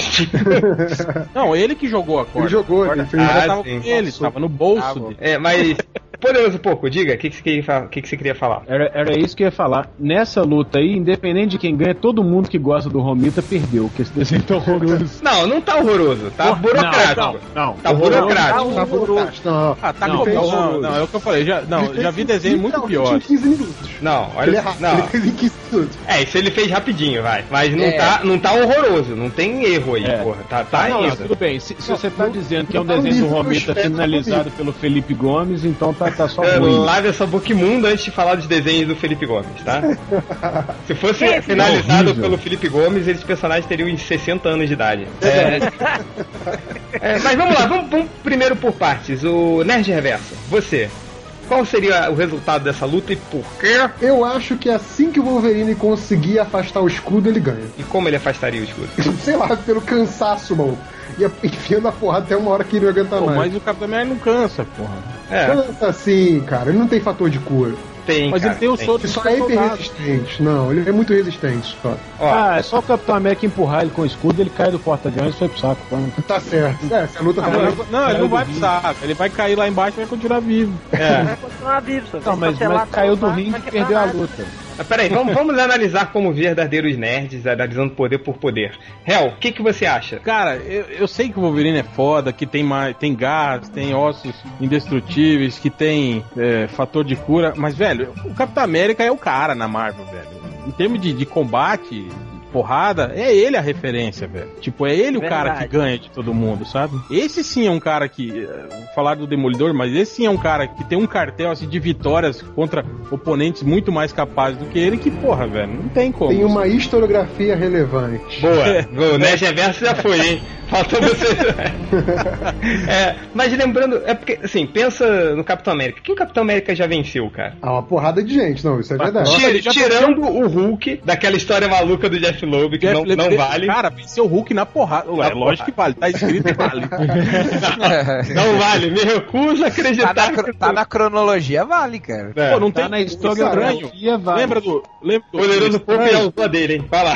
Não, ele que jogou a corda.
Ele jogou,
a corda
ele fez-
já
Ah,
tava
sim.
com ele, tava no bolso
Ah,
dele.
é, mas. Poderoso Porco, diga, o que, que, você queria fa- o que, que você queria falar?
Era, era isso que eu ia falar. Nessa luta aí, independente de quem ganha, todo mundo que gosta do Romita perdeu, porque esse desenho tá horroroso.
Não, não tá horroroso, tá burocrático.
Não, não, não.
Tá burocrático.
Tá burocrático. Não,
Ah, tá
Não,
Ele
não,
fez-
não, não, é o que eu falei. Já, não, já vi desenho muito
Literalmente
pior.
Em 15 minutos.
Não,
Ele é
olha.
rápido, ele
Não.
fez em 15 minutos.
É, isso ele fez rapidinho, vai. Mas não,
É.
tá, não tá horroroso, não tem erro aí,
É.
porra. Tá, tá
Ah, não, não,
indo.
tudo bem. Se, se você tá dizendo que é um
tá
desenho do
liso,
Romita
eu espero
finalizado pelo Felipe Gomes, então tá, tá só
É,
ruim.
Lave essa boca imunda antes de falar dos desenhos do Felipe Gomes, tá? Se fosse finalizado
horrível.
pelo Felipe Gomes, esses personagens teriam uns 60 anos de idade. É, mas vamos lá, vamos, vamos primeiro por partes. O Nerd Reverso, você. Qual seria o resultado dessa luta e por quê?
Eu acho que assim que o Wolverine conseguir afastar o escudo, ele ganha.
E como ele afastaria o escudo?
Sei lá, pelo cansaço, mano. Ia enfiando a porrada até uma hora que ele não aguenta
Pô,
mais.
mas o Capitão América não cansa, porra.
É,
Cansa assim, cara. Ele não tem fator de cura.
tem.
Mas
cara,
ele tem o soro
Ele
de
só é hiper
soldado.
resistente. Não, ele é muito resistente. Só.
Ó,
Ah, é só o Capitão América empurrar ele com o escudo, ele cai do porta-aviões e foi pro saco. pronto.
Tá certo. É, se a luta
Ah,
tá
mas-
valendo-
não, ele não vai pro saco. Ele vai cair lá embaixo e vai continuar vivo.
é.
Não, Bíblia,
Não, mas, mas caiu do ringue e perdeu a luta.
Mas Peraí, vamos, vamos analisar como verdadeiros nerds, analisando poder por poder. Hel, o que, que você acha?
Cara, eu, eu sei que o Wolverine é foda, que tem, mais, tem garras, tem ossos indestrutíveis, que tem é, fator de cura, mas, velho, o Capitão América é o cara na Marvel, velho. Em termos de, de combate, de porrada, é ele a referência, velho. Tipo, é ele o cara
Verdade.
que ganha de todo mundo, sabe? Esse sim é um cara que. é, Falar do Demolidor, mas esse sim é um cara que tem um cartel assim, de vitórias contra oponentes muito mais capazes do que ele, que, porra, velho, não tem como.
Tem uma historiografia relevante.
Boa, o Nerd Reverso já foi, hein? Faltou você. É, mas lembrando, é porque, assim, pensa no Capitão América. Quem o Capitão América já venceu, cara?
Ah, uma porrada de gente, não, isso é verdade.
Tira-
ele já
tirando o Hulk daquela história maluca do Jeff Loeb, que
Jeff
não, não
Lemire-
vale.
Cara, venceu o Hulk na porrada. Ué,
Na
lógico que vale. Tá escrito que vale.
Não vale, me recuso a acreditar.
Tá na, cro- tá na cronologia, vale, cara.
É.
Pô, não tem
Tá na
história estranho.
historiografia, vai.
Lembra do. Lembra do,
Poderoso Pope é o dele, hein? Vai lá.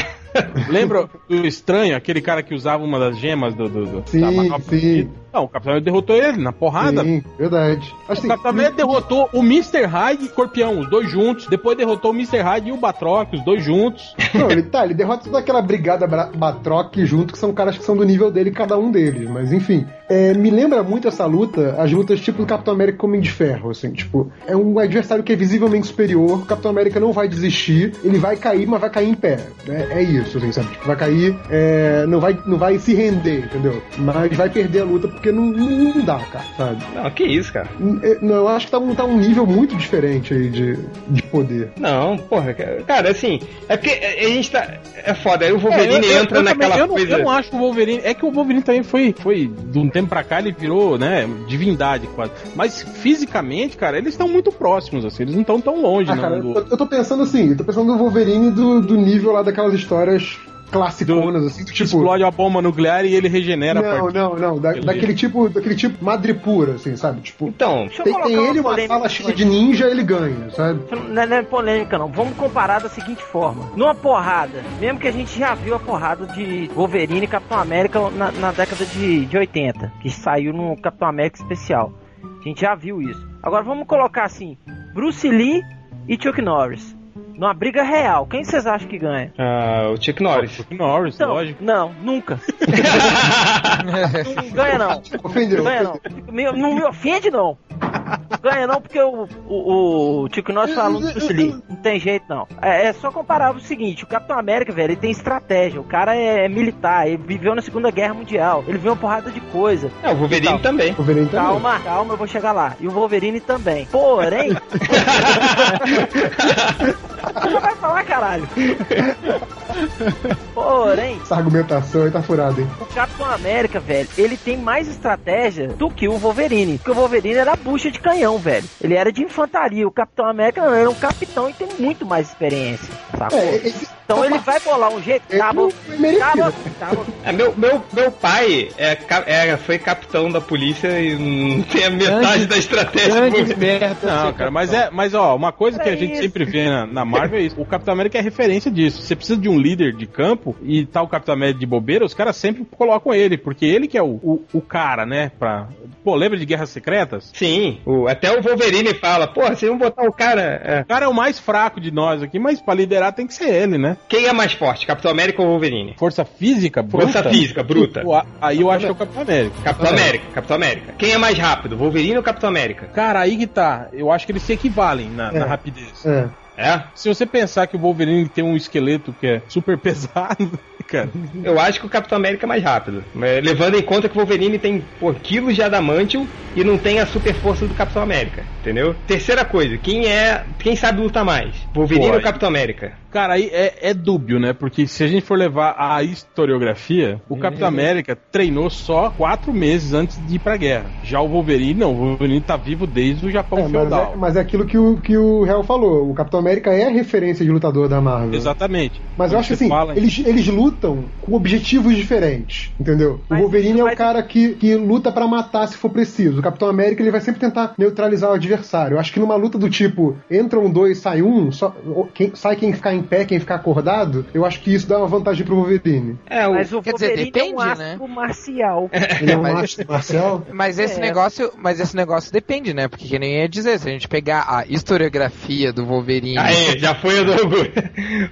lembra do estranho, aquele cara que usava uma das gemas do. do, do
Sim,
da Marvel?
sim.
Não, o Capitão América derrotou ele na porrada.
Sim, verdade.
O
Assim,
Capitão América derrotou o Mr. Hyde e o Escorpião, os dois juntos. Depois derrotou o Mr. Hyde e o Batroc, os dois juntos.
não, ele tá, ele derrota toda aquela brigada bra- batroque junto, que são caras que são do nível dele, cada um deles, mas enfim. É, me lembra muito essa luta, as lutas tipo do Capitão América com o Homem de Ferro, assim, tipo, é um adversário que é visivelmente superior, o Capitão América não vai desistir, ele vai cair, mas vai cair em pé. né? É, isso, assim, sabe? Tipo, vai cair, é, não, vai, não vai se render, entendeu? Mas vai perder a luta porque não, não não dá, cara, sabe?
Não, que isso, cara.
Eu- Não, eu acho que tá um, tá um nível muito diferente aí de, de poder.
Não, porra, cara, cara, assim, é porque a gente tá. É foda, aí o Wolverine
É, eu- eu-
entra
eu também-
naquela
eu não,
coisa.
eu não acho que o Wolverine. É que o Wolverine também foi, foi de um tempo pra cá, ele virou, né, divindade quase. Mas fisicamente, cara, eles estão muito próximos, assim, eles não estão tão longe,
Ah,
não.
cara,
do-
eu, eu tô pensando assim, eu tô pensando no Wolverine do, do nível lá daquelas histórias classiconas, assim, do tipo.
Explode a bomba nuclear e ele regenera a
não,
partir.
não, não, da-
Beleza.
daquele tipo, daquele tipo madrepura, assim, sabe? Tipo,
Então,
Deixa eu
tem,
colocar
tem
uma
ele uma
polêmica
sala
aqui.
cheia de ninja, ele ganha, sabe?
Não, não é polêmica, não. Vamos comparar da seguinte forma. Numa porrada, mesmo que a gente já viu a porrada de Wolverine e Capitão América na, na década de, de 80, que saiu no Capitão América especial. A gente já viu isso. Agora vamos colocar assim, Bruce Lee e Chuck Norris. Numa briga real, quem vocês acham que ganha?
Ah, o Chuck Norris.
Norris,
Então,
lógico.
Não, nunca. não ganha não.
Ofendeu.
Ganha não. Me- não me ofende não. Ganha não porque o, o, o Tico Norris falou do Bruce Lee. Não tem jeito não. É, é só comparar o seguinte, o Capitão América, velho, ele tem estratégia. O cara é, militar, ele viveu na Segunda Guerra Mundial. Ele viu uma porrada de coisa.
É, o Wolverine
Então.
também.
O Wolverine também.
Calma, calma, eu vou chegar lá. E o Wolverine também. Porém... Você vai falar, caralho. Porém,
Essa argumentação aí tá furada, hein?
o Capitão América, velho, ele tem mais estratégia do que o Wolverine. Porque o Wolverine era bucha de canhão, velho. Ele era de infantaria. O Capitão América não, era um capitão e tem muito mais experiência. Sacou?
É, esse,
Então ele vai bolar um jeito.
Ele
Tá bom.
foi merecido.
Tá bom. Tá bom.
É, meu, meu, meu pai é, ca- é, foi capitão da polícia e não tem a metade da estratégia.
Grande merda.
Não,
tá
cara, mas é, mas ó, uma coisa que
É
a gente
isso.
sempre vê na, na Marvel é isso. O Capitão América é referência disso. Você precisa de um líder de campo e tal Capitão América de bobeira, os caras sempre colocam ele, porque ele que é o, o, o cara, né? Pra... Pô, lembra de Guerras Secretas?
Sim, o- até o Wolverine fala, porra, vocês vão botar o cara. é,
O cara é o mais fraco de nós aqui, mas pra liderar tem que ser ele, né?
Quem é mais forte, Capitão América ou Wolverine?
Força física, bruta.
Força física, bruta.
Pô, a- Aí eu acho que é o Capitão América.
Capitão América, Capitão América. Quem é mais rápido, Wolverine ou Capitão América?
Cara, aí que tá. Eu acho que eles se equivalem na, na
Tá.
rapidez.
É.
É?
Se você pensar que o Wolverine tem um esqueleto que é super pesado, cara.
Eu acho que o Capitão América é mais rápido. Mas Levando em conta que o Wolverine tem pô, quilos de adamantio e não tem a super força do Capitão América, entendeu? Terceira coisa, quem é. Quem sabe lutar mais? Wolverine
Pô,
ou
aí-
Capitão América?
Cara, aí é, é dúbio, né? Porque se a gente for levar a historiografia, o
Uhum.
Capitão América treinou só quatro meses antes de ir pra guerra. Já o Wolverine, não. O Wolverine tá vivo desde o Japão
É, mas,
feudal.
é, mas é aquilo que o, que o Hell falou. O Capitão América é a referência de lutador da Marvel.
Exatamente.
Mas eu
Quando
acho
você
assim,
fala em-
eles, eles lutam com objetivos diferentes, entendeu?
Mas
o Wolverine
isso
é o
vai-
cara que, que luta pra matar se for preciso. O Capitão América ele vai sempre tentar neutralizar o adversário. Eu acho que numa luta do tipo, entram dois, sai um, só, ou quem- sai quem ficar em pé, quem ficar acordado, eu acho que isso dá uma vantagem pro Wolverine.
É, o.
Mas o
Quer dizer,
Wolverine é um
depende, né?
astro marcial.
Ele é um
Mas-
macho marcial.
Mas esse
É.
negócio, mas esse negócio depende, né? Porque que nem eu ia dizer, se a gente pegar a historiografia do Wolverine
Aê, já foi o Dogo.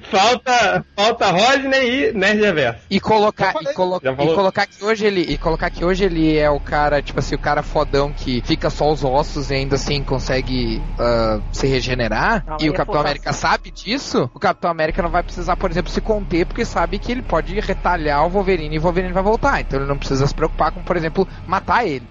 falta, falta Rodney e Nerd Reverso.
e colocar
falei,
e, colo-
já falou.
e colocar que hoje ele e colocar que hoje ele é o cara, tipo assim, o cara fodão que fica só os ossos e ainda assim consegue ah, se regenerar
Não,
e
aí
o
é
Capitão
forçação.
América sabe disso, o Capitão América não vai precisar, por exemplo, se conter porque sabe que ele pode retalhar o Wolverine e o Wolverine vai voltar, então ele não precisa se preocupar com, por exemplo, matar ele.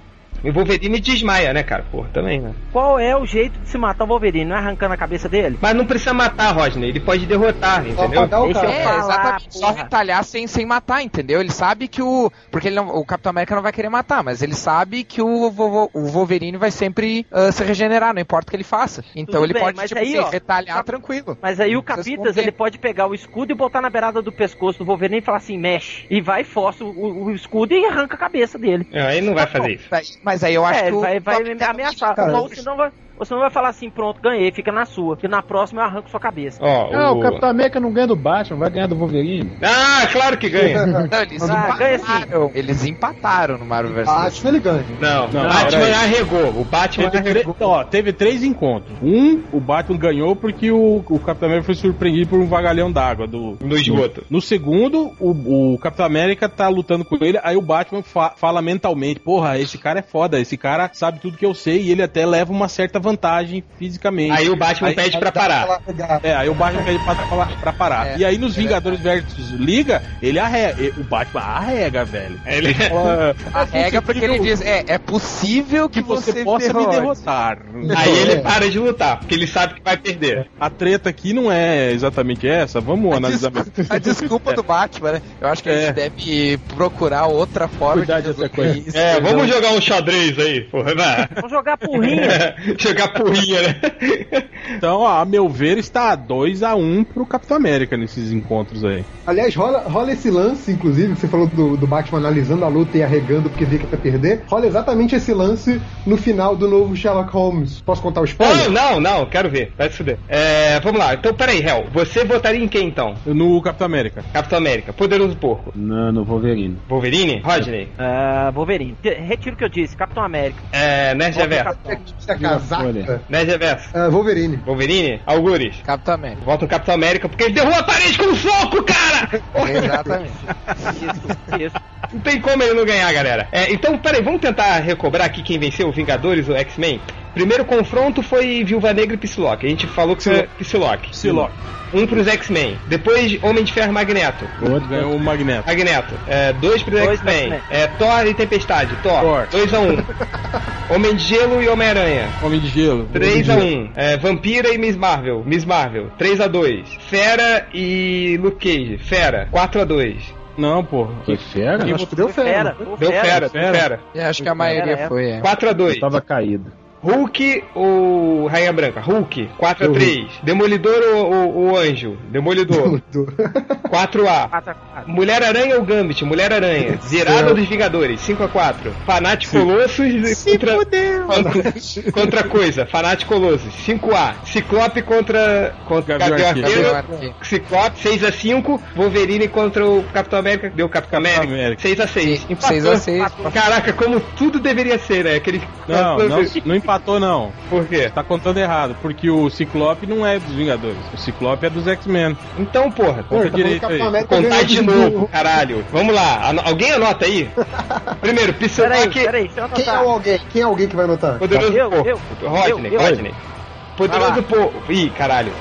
E o Wolverine desmaia, né, cara? Porra, também, né?
Qual é o jeito de se matar o Wolverine? Não é arrancando a cabeça dele?
Mas não precisa matar Rodney, ele pode derrotar, entendeu?
apagar o
Esse é
cara.
É,
falar,
exatamente. Só
porra.
retalhar sem, sem matar, entendeu? Ele sabe que o. Porque ele não- o Capitão América não vai querer matar, mas ele sabe que o, vo- o Wolverine vai sempre ah, se regenerar, não importa o que ele faça. Então
Tudo
ele
bem,
pode,
mas
tipo
aí,
assim,
ó, tá-
retalhar
só-
tranquilo.
Mas aí o
Não precisa se
Capitas
conter.
ele pode pegar o escudo e botar na beirada do pescoço do Wolverine e falar assim, mexe. E vai, força o, o escudo e arranca a cabeça dele.
o- É, Aí não vai fazer isso.
Daí- Mas aí eu acho
é,
que. o-
vai, vai
Capitão
ameaçar.
cara,
ou, senão vai, ou senão vai falar assim, pronto, ganhei, fica na sua. Que na próxima eu arranco sua cabeça.
Ó,
Não, o Capitão América não ganha do Batman, vai ganhar do Wolverine.
Ah, claro que ganha.
Não, eles
Ah, ganha sim.
empataram. Eles empataram no Marvel vs.
Ah, acho que ele ganha.
Não,
Não,
Batman
peraí.
arregou. O Batman
Teve,
arregou.
tre- é ó, teve três encontros. Um, o Batman ganhou porque o, o Capitão América foi surpreendido por um vagalhão d'água do.
No esgoto.
No segundo, o, o Capitão América tá lutando com ele, aí o Batman fa- fala mentalmente, porra, esse cara é foda, esse cara sabe tudo que eu sei e ele até leva uma certa vantagem fisicamente.
Aí o Batman
Aí- tá
pede pra parar.
É, aí o Batman pede pra, pra, pra parar.
É,
e aí nos
é
Vingadores versus Liga, ele arrega. e- O Batman arrega, velho.
Ele...
Fala,
A
possível
regra porque ele diz: é, é possível que,
que você,
me
possa me
derrote.
derrotar.
Aí ele
É.
para de lutar, porque ele sabe que vai perder.
A treta aqui não é exatamente essa, vamos analisar.
Desculpa- A desculpa do Batman, né? Eu acho que a gente
É.
deve procurar outra forma
Cuidar
resolver
dessa coisa.
isso.
Então-
É, vamos jogar um xadrez aí, porra. vai.
Vamos jogar porrinha.
Jogar porrinha, né?
Então, ó, a meu ver, está 2 a 1 pro Capitão América nesses encontros aí.
Aliás, rola, rola esse lance, inclusive, que você falou do, do Batman analisando a luta e arregando porque vê que tá perder. Rola exatamente esse lance no final do novo Sherlock Holmes. Posso contar o
Não,
Ah,
spoiler?
não, não, quero ver. Vai se fuder. É, vamos lá. Então, peraí, Hel. Você votaria em quem, então?
No Capitão América.
Capitão América, Poderoso Porco.
Não, no Wolverine.
Wolverine? Rodney?
Ah, Wolverine. Te- Retiro o que eu disse, Capitão América.
É, Nerd Reverso.
Se a casaca.
Nerd Reverso.
Ah, Wolverine.
Wolverine? Algures.
Capitão América.
Volta no Capitão América, porque ele derruba a parede com um soco, cara!
Exatamente.
Isso, isso.
Não tem como ele não ganhar, galera. É, então, peraí, vamos tentar recobrar aqui quem venceu, o Vingadores ou X-Men? Primeiro confronto foi Viúva Negra e Psylocke. A gente falou que foi Psylocke.
Psylocke.
Um pros X-Men. Depois, Homem de Ferro e Magneto.
O outro
Ganhou o Magneto.
Magneto. É, dois pros
Dois
X-Men.
X-Men.
É, Thor e Tempestade. Thor.
Thor.
2 a 1 um. Homem de Gelo e Homem-Aranha.
Homem de Gelo.
3 a 1 é, Vampira e Miss Marvel. Miss Marvel. 3 a 2 Fera e Luke Cage. Fera. 4 a 2
Não, porra.
Que fera.
Acho que deu fera.
Fera,
Deu fera, Tá. deu
Fera.
fera.
Eu acho que a maioria
Era, é.
foi, é.
4 a 2
Tava caído.
Hulk ou Rainha Branca? Hulk, 4 a 3 Demolidor ou, ou, ou Anjo? Demolidor, 4x.
4 a 4.
Mulher-Aranha ou Gambit? Mulher-Aranha. Zerada dos Vingadores, 5x4. Fanático Colossus e contra... contra... contra coisa, Fanático Colossus, 5A. Ciclope contra... contra
Gavião
Gavião
Arqueiro.
Arqueiro.
Gavião Arqueiro.
Ciclope, 6x5. Wolverine contra o Capitão América. Deu Capitão América.
América.
6x6.
Sim, 6 a 6.
Caraca, como tudo deveria ser, né? Aquele...
Não, não, não empatou não.
Por quê?
Tá contando errado, porque o Ciclope não é dos Vingadores. O Ciclope é dos X-Men.
Então, porra.
Conta direito aí.
Contar de novo, caralho. Vamos lá. ano- Alguém anota aí? Primeiro,
Peraí,
Psiloque.
peraí, deixa eu
Quem é
anotar.
o alguém? Quem é alguém que vai anotar?
Poderoso
Eu,
Porco.
eu,
Rodney,
eu, eu.
Rodney. Poderoso Porco. Ih, caralho.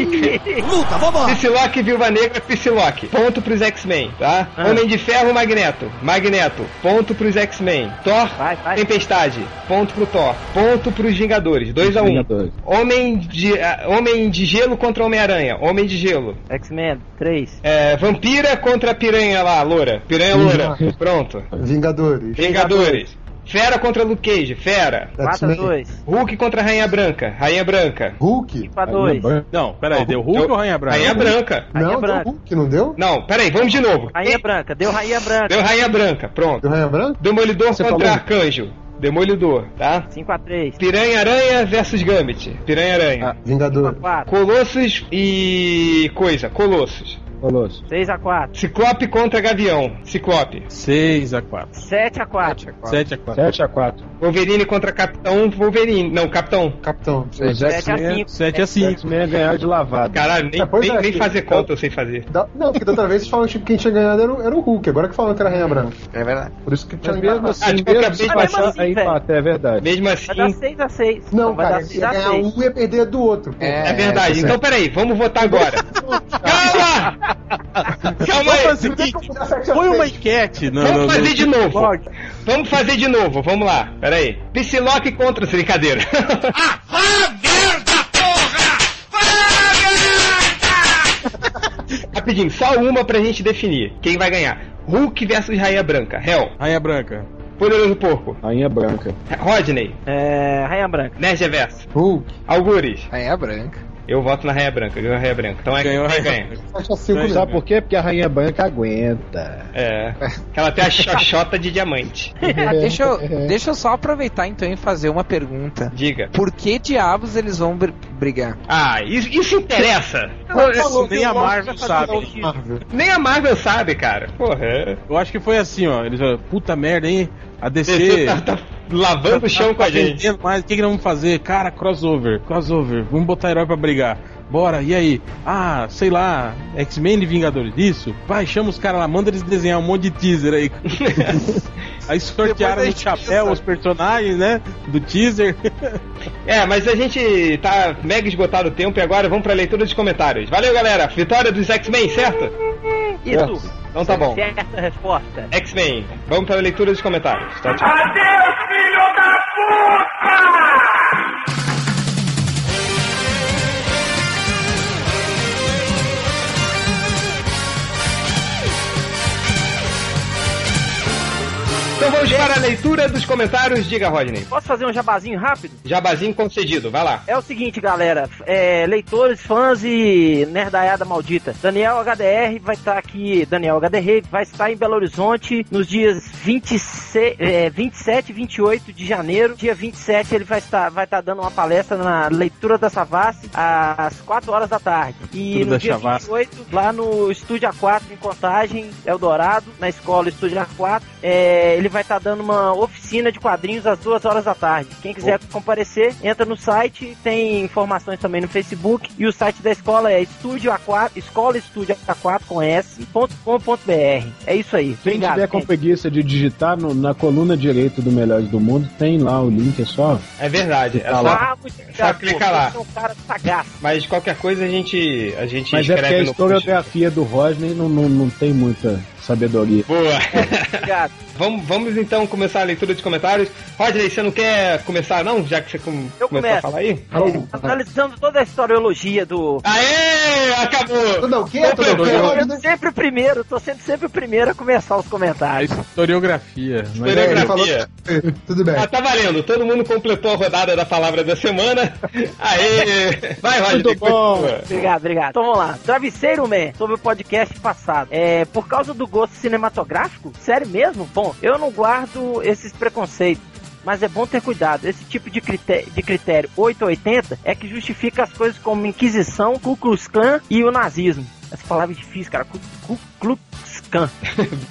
Luta, vamos lá.
Psylocke, Viúva Negra, Psylocke. Ponto pros X-Men, tá?
Ah.
Homem de Ferro, Magneto. Magneto. Ponto pros X-Men. Thor,
Vai, vai.
Tempestade. Ponto pro Thor. Ponto pros Vingadores. 2 a 1
Vingadores.
Homem de, ah, Homem de Gelo contra Homem-Aranha. Homem de Gelo.
X-Men 3.
É, vampira contra piranha lá, loura. Piranha loura. Pronto.
Vingadores.
Vingadores. Fera contra Luke Cage. Fera.
4 a
X-Men.
2.
Hulk contra Rainha Branca. Rainha Branca.
Hulk?
5 a 2.
Não, peraí, deu Hulk
Deu-
ou Rainha Branca?
Rainha Branca.
Rainha
não,
Branca.
deu Hulk, não deu?
Não, peraí, vamos de novo.
Rainha branca, deu rainha branca.
Deu Rainha Branca, pronto.
Deu Rainha Branca?
Demolidor
Você
contra
falou?
Arcanjo. Demolidor, tá?
5 a 3.
Piranha-Aranha versus Gambit. Piranha-Aranha.
Vingador.
4.
Colossus e... coisa, Colossus.
Falou.
6 a 4.
Ciclope contra Gavião. Ciclope.
6 a 4.
7 a 4.
7 a 4.
7 a 4
Wolverine contra Capitão Wolverine. Não, Capitão.
Capitão.
Os
7 a
X-Men
5.
7 a 5.
X-Men ganharam é de lavada.
Caralho, nem,
É, pois
nem-
é,
nem
que-
fazer conta eu sei fazer.
Da- Não, porque da outra vez vocês falaram que quem tinha ganhado era o, era o Hulk, agora que falam que era a Rainha Branca.
É verdade.
Por isso que tinha
Mas mesmo
ganhado.
assim,
Ah, de qualquer
mesmo se
jeito,
mas
passar
assim,
aí
velho.
empate, é verdade.
Mesmo assim...
Vai dar 6 a 6.
Não,
vai
cara,
dar
ia
6 a
ganhar
6.
um e ia perder do outro. pô.
É verdade, então peraí, vamos votar agora. Calma! Calma
Vamos
aí!
fazer o seguinte, põe uma enquete no, no,
Vamos fazer
no,
de novo. né? Vamos fazer de novo, vamos lá. Pera aí. Psylocke contra brincadeira. Ah, Rapidinho, só uma pra gente definir. Quem vai ganhar? Hulk versus Rainha Branca. Hell,
Rainha Branca.
Poderoso Porco.
Rainha Branca.
Rodney,
É, rainha branca.
Nerd Verso.
Hulk.
Algures.
Rainha é branca.
Eu voto na Rainha Branca, ganhou a Rainha Branca. Então é
Ganhou a
quem
Rainha
ganha.
Branca.
Acha cinco
Ganhou.
mesmo.
Sabe por quê? Porque a Rainha Branca aguenta.
É. Que ela tem a xoxota de diamante.
É.
Ah, deixa, eu, deixa eu só aproveitar então e fazer uma pergunta.
Diga.
Por que diabos eles vão br- brigar?
Ah, isso, isso interessa.
nem a Marvel
um-
sabe.
Marvel.
Nem a Marvel sabe, cara. Porra. é.
Eu acho que foi assim, ó. Eles falaram, puta merda, hein? A
Você
DC.
tá, tá lavando o chão com a gente.
vendendo mais, o que, que nós vamos fazer? Cara, crossover, crossover, vamos botar herói pra brigar. Bora, e aí? Ah, sei lá, X-Men e Vingadores disso? Vai, chama os caras lá, manda eles desenhar um monte de teaser aí. aí sortearam
Depois a
no
gente
chapéu
pensa.
os personagens, né? Do teaser.
É, mas a gente tá mega esgotado o tempo e agora vamos pra leitura dos comentários. Valeu, galera. Vitória dos X-Men, certo?
Isso.
Então tá bom.
Certa resposta.
X-Men, vamos pra leitura dos comentários. Tchau, tchau.
Adeus, filho da puta!
Então vamos para a leitura dos comentários. Diga, Rodney.
Posso fazer um jabazinho rápido?
Jabazinho concedido, vai lá.
É o seguinte, galera, é, leitores, fãs e nerdaiada maldita. Daniel HDR vai estar aqui, Daniel HDR vai estar em Belo Horizonte nos dias 26, é, 27 e 28 de janeiro. Dia 27 ele vai estar, vai estar dando uma palestra na Leitura da Savassi às 4 horas da tarde. E
Leitura
no
da
dia
Savassi.
28, lá no Estúdio A4 em Contagem, Eldorado, na escola Estúdio A4, é, ele vai estar dando uma oficina de quadrinhos às 2 horas da tarde. Quem quiser comparecer, entra no site, tem informações também no Facebook e o site da escola é estúdio A4, escola estúdio A4 com S, ponto com ponto BR. É isso aí.
Quem
Obrigado.
tiver com
gente.
preguiça de digitar no- na coluna direita do Melhores do Mundo, tem lá o link, é só.
É verdade. É
Tá
só...
Ah, muito obrigado,
Só clica
pô.
lá.
Você é um cara sagaz.
Mas qualquer coisa a gente, a gente
Mas é porque
escreve
a
no post.
historiografia do Rosner não, não, não tem muita sabedoria.
Boa! vamos, vamos então começar a leitura de comentários. Rodney, você não quer começar não? Já que você com-
Eu
começou
começo.
a falar aí?
Analisando toda a historiologia do.
Aê! Acabou!
Tudo o quê? Tudo o quê?
Eu,
Rodney?
eu sempre o primeiro, tô sendo sempre o primeiro a começar os
A
comentários.
historiografia. Mas...
É, ele falou-
Historiografia.
Tudo bem.
Ah, tá valendo. Todo mundo completou a rodada da palavra da semana. Aê! Vai, Rodney.
Muito bom.
continua.
Obrigado, obrigado. Então vamos lá. Travesseiro Man, sobre o podcast passado. É, por causa do gosto cinematográfico? Sério mesmo? Bom, eu não guardo esses preconceitos. Mas é bom ter cuidado. Esse tipo de critério, de critério 880 é que justifica as coisas como Inquisição, Ku Klux Klan e o nazismo. Essa palavra é difícil, cara. Ku, Ku Klux Klan.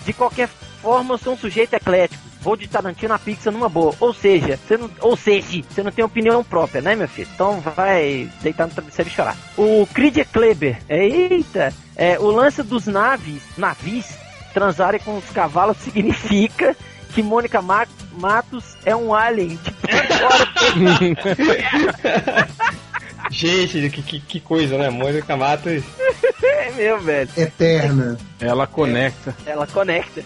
De qualquer forma, eu sou um sujeito eclético. Vou de Tarantino a Pixar numa boa. Ou seja, você não, ou seja, você não tem opinião própria, né, meu filho? Então vai deitar no travesseiro e chorar. O Creed Kleber. Eita! É, o lance dos naves, navios transarem com os cavalos significa que Mônica Ma- Matos é um alien. Tipo, agora,
Gente, que, que, que coisa, né? Mônica Matos.
é meu, velho.
Eterna.
Ela conecta.
Ela conecta.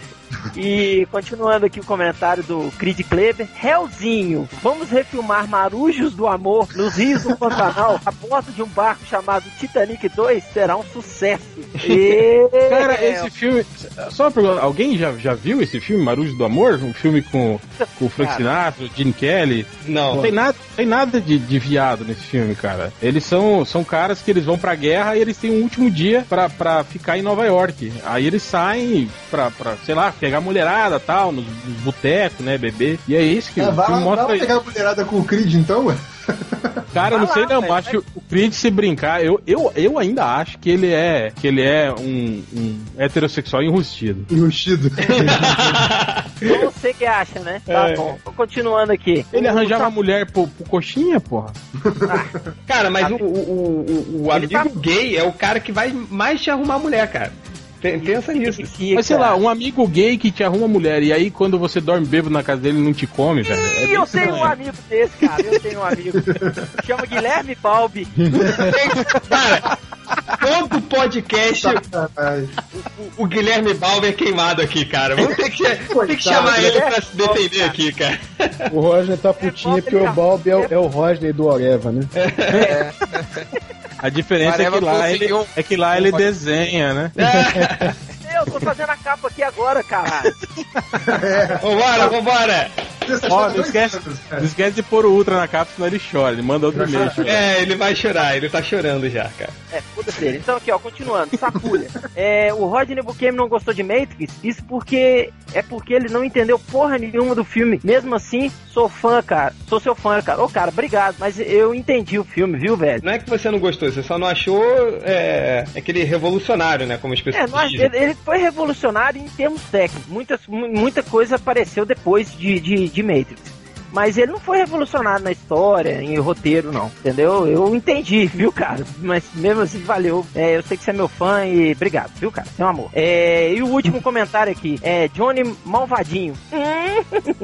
E continuando aqui o comentário do Creed Kleber, Helzinho, vamos refilmar Marujos do Amor nos rios do Pantanal a bordo de um barco chamado Titanic 2 será um sucesso. E... é,
Cara, esse filme. Só uma pergunta: alguém já, já viu esse filme, Marujo do Amor? Um filme com, com o Frank Sinatra, o Gene Kelly? Não
Não.
tem nada, tem nada de, de viado nesse filme, cara. Eles são, são caras que eles vão pra guerra e eles têm um último dia pra, pra ficar em Nova York. Aí eles saem pra, pra sei lá, pegar mulherada tal, nos, nos botecos, né, bebê. E é isso que
Ah,
o
vai
filme
lá, vai
mostra
lá
aí.
pegar a mulherada com o Creed, então, ué?
Cara, eu não
Vai
sei
lá,
não,
velho,
acho que o Creed se brincar, eu, eu, eu ainda acho que ele é que ele é um, um heterossexual enrustido.
Enrustido.
Então você que acha, né?
É.
Tá bom. Continuando aqui.
Ele
O-
arranjava a mulher pro, pro coxinha, porra.
Cara, mas o, o, o, o
Tá. Ele
amigo
tá-
gay é o cara que vai mais te arrumar mulher, cara. Pe- Pensa nisso.
Sim,
Mas sei
cara.
lá, um amigo gay que te arruma mulher e aí quando você dorme bêbado na casa dele não te come, velho. É
Ih,
bem
eu tenho um
estranho.
amigo desse, cara. Eu tenho um amigo. Chama Guilherme Balbi.
Cara, quanto podcast
Sacanagem.
o, o Guilherme Balber queimado aqui, cara. Vamos ter que, ter que chamar ele pra
né?
se defender aqui, cara.
O Rodney tá putinho
É,
porque o Bob é, o- é o Rodney do Oreva, né?
A diferença é que,
Varela
lá ele,
conseguiu-
é que lá ele desenha, né?
Eu tô fazendo a capa aqui agora, cara.
Vambora, vambora.
Ó, não esquece, não esquece de pôr o Ultra na capa, senão ele chora. Ele manda outro e-mail.
É, ele vai chorar, ele tá chorando já, cara.
É, foda-se ele. Então aqui, ó, continuando, Sapulha. É, o Rodney Buchanan não gostou de Matrix, isso porque é porque ele não entendeu porra nenhuma do filme. Mesmo assim, sou fã, cara. Sou seu fã, cara. Ô, cara, obrigado, mas eu entendi o filme, viu, velho?
Não é que você não gostou, você só não achou é, aquele revolucionário, né? Como as
É,
pessoas
nós-
dizem.
ele, ele foi revolucionário em termos técnicos. Muitas, mu- muita coisa apareceu depois de, de, de Matrix. Mas ele não foi revolucionário na história, em roteiro, não. Entendeu? Eu entendi, viu, cara? Mas mesmo assim, valeu. É, eu sei que você é meu fã e obrigado, viu, cara? Seu amor. É, e o último comentário aqui é Johnny Malvadinho.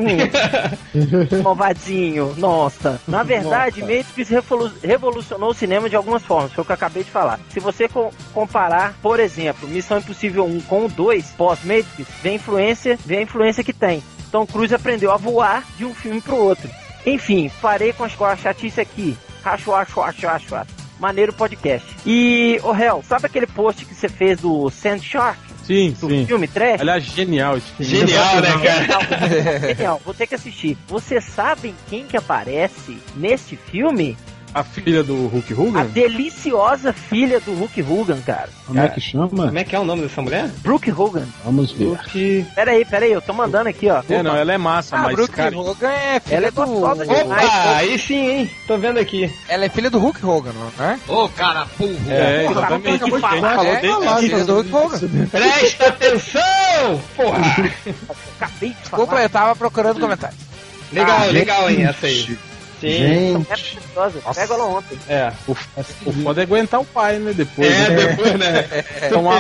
Hum. Malvadinho, nossa. Na verdade, Matrix revolu- revolucionou o cinema de algumas formas, foi o que eu acabei de falar. Se você co- comparar, por exemplo, Missão Impossível 1 com o 2, pós-Matrix, vê a influência, vê a influência que tem. Tom Cruise aprendeu a voar de um filme pro outro. Enfim, parei com as- com a chatice aqui. Racho, acho, acho, acho, acho. Maneiro podcast. E, ô réu, sabe aquele post que você fez do Sand Shark?
Sim,
Do
sim.
filme Trash?
Aliás, genial esse filme.
Genial, né, cara?
Genial, vou ter que assistir. Vocês sabem quem que aparece neste filme?
A filha do Hulk
A
Hogan?
deliciosa filha do Hulk Hogan, cara.
Como é que chama?
Como é que é o nome dessa mulher?
Brooke Hogan.
Vamos ver.
Que...
Pera aí, pera aí, eu tô mandando aqui, ó.
É, não, ela é massa,
Ah,
mas,
Brooke
cara,
Hogan é filha
Ela é gostosa
do...
demais.
Opa, aí sim, hein? Tô vendo aqui.
Ela é filha do Hulk Hogan, não é?
é, exatamente.
acabou de
Quem
falar,
falou
é,
dele-
falar, filha do Hulk Hogan.
é
Presta atenção! Porra!
Acabei de
Desculpa,
falar.
eu tava procurando comentário.
Legal,
Ah,
legal, hein? Essa aí. Sim.
Ela
Gente.
é deliciosa. Pega ela ontem.
É.
O, f- o foda é aguentar o pai, né, depois.
É,
né?
depois, né?
É.
um Tomar,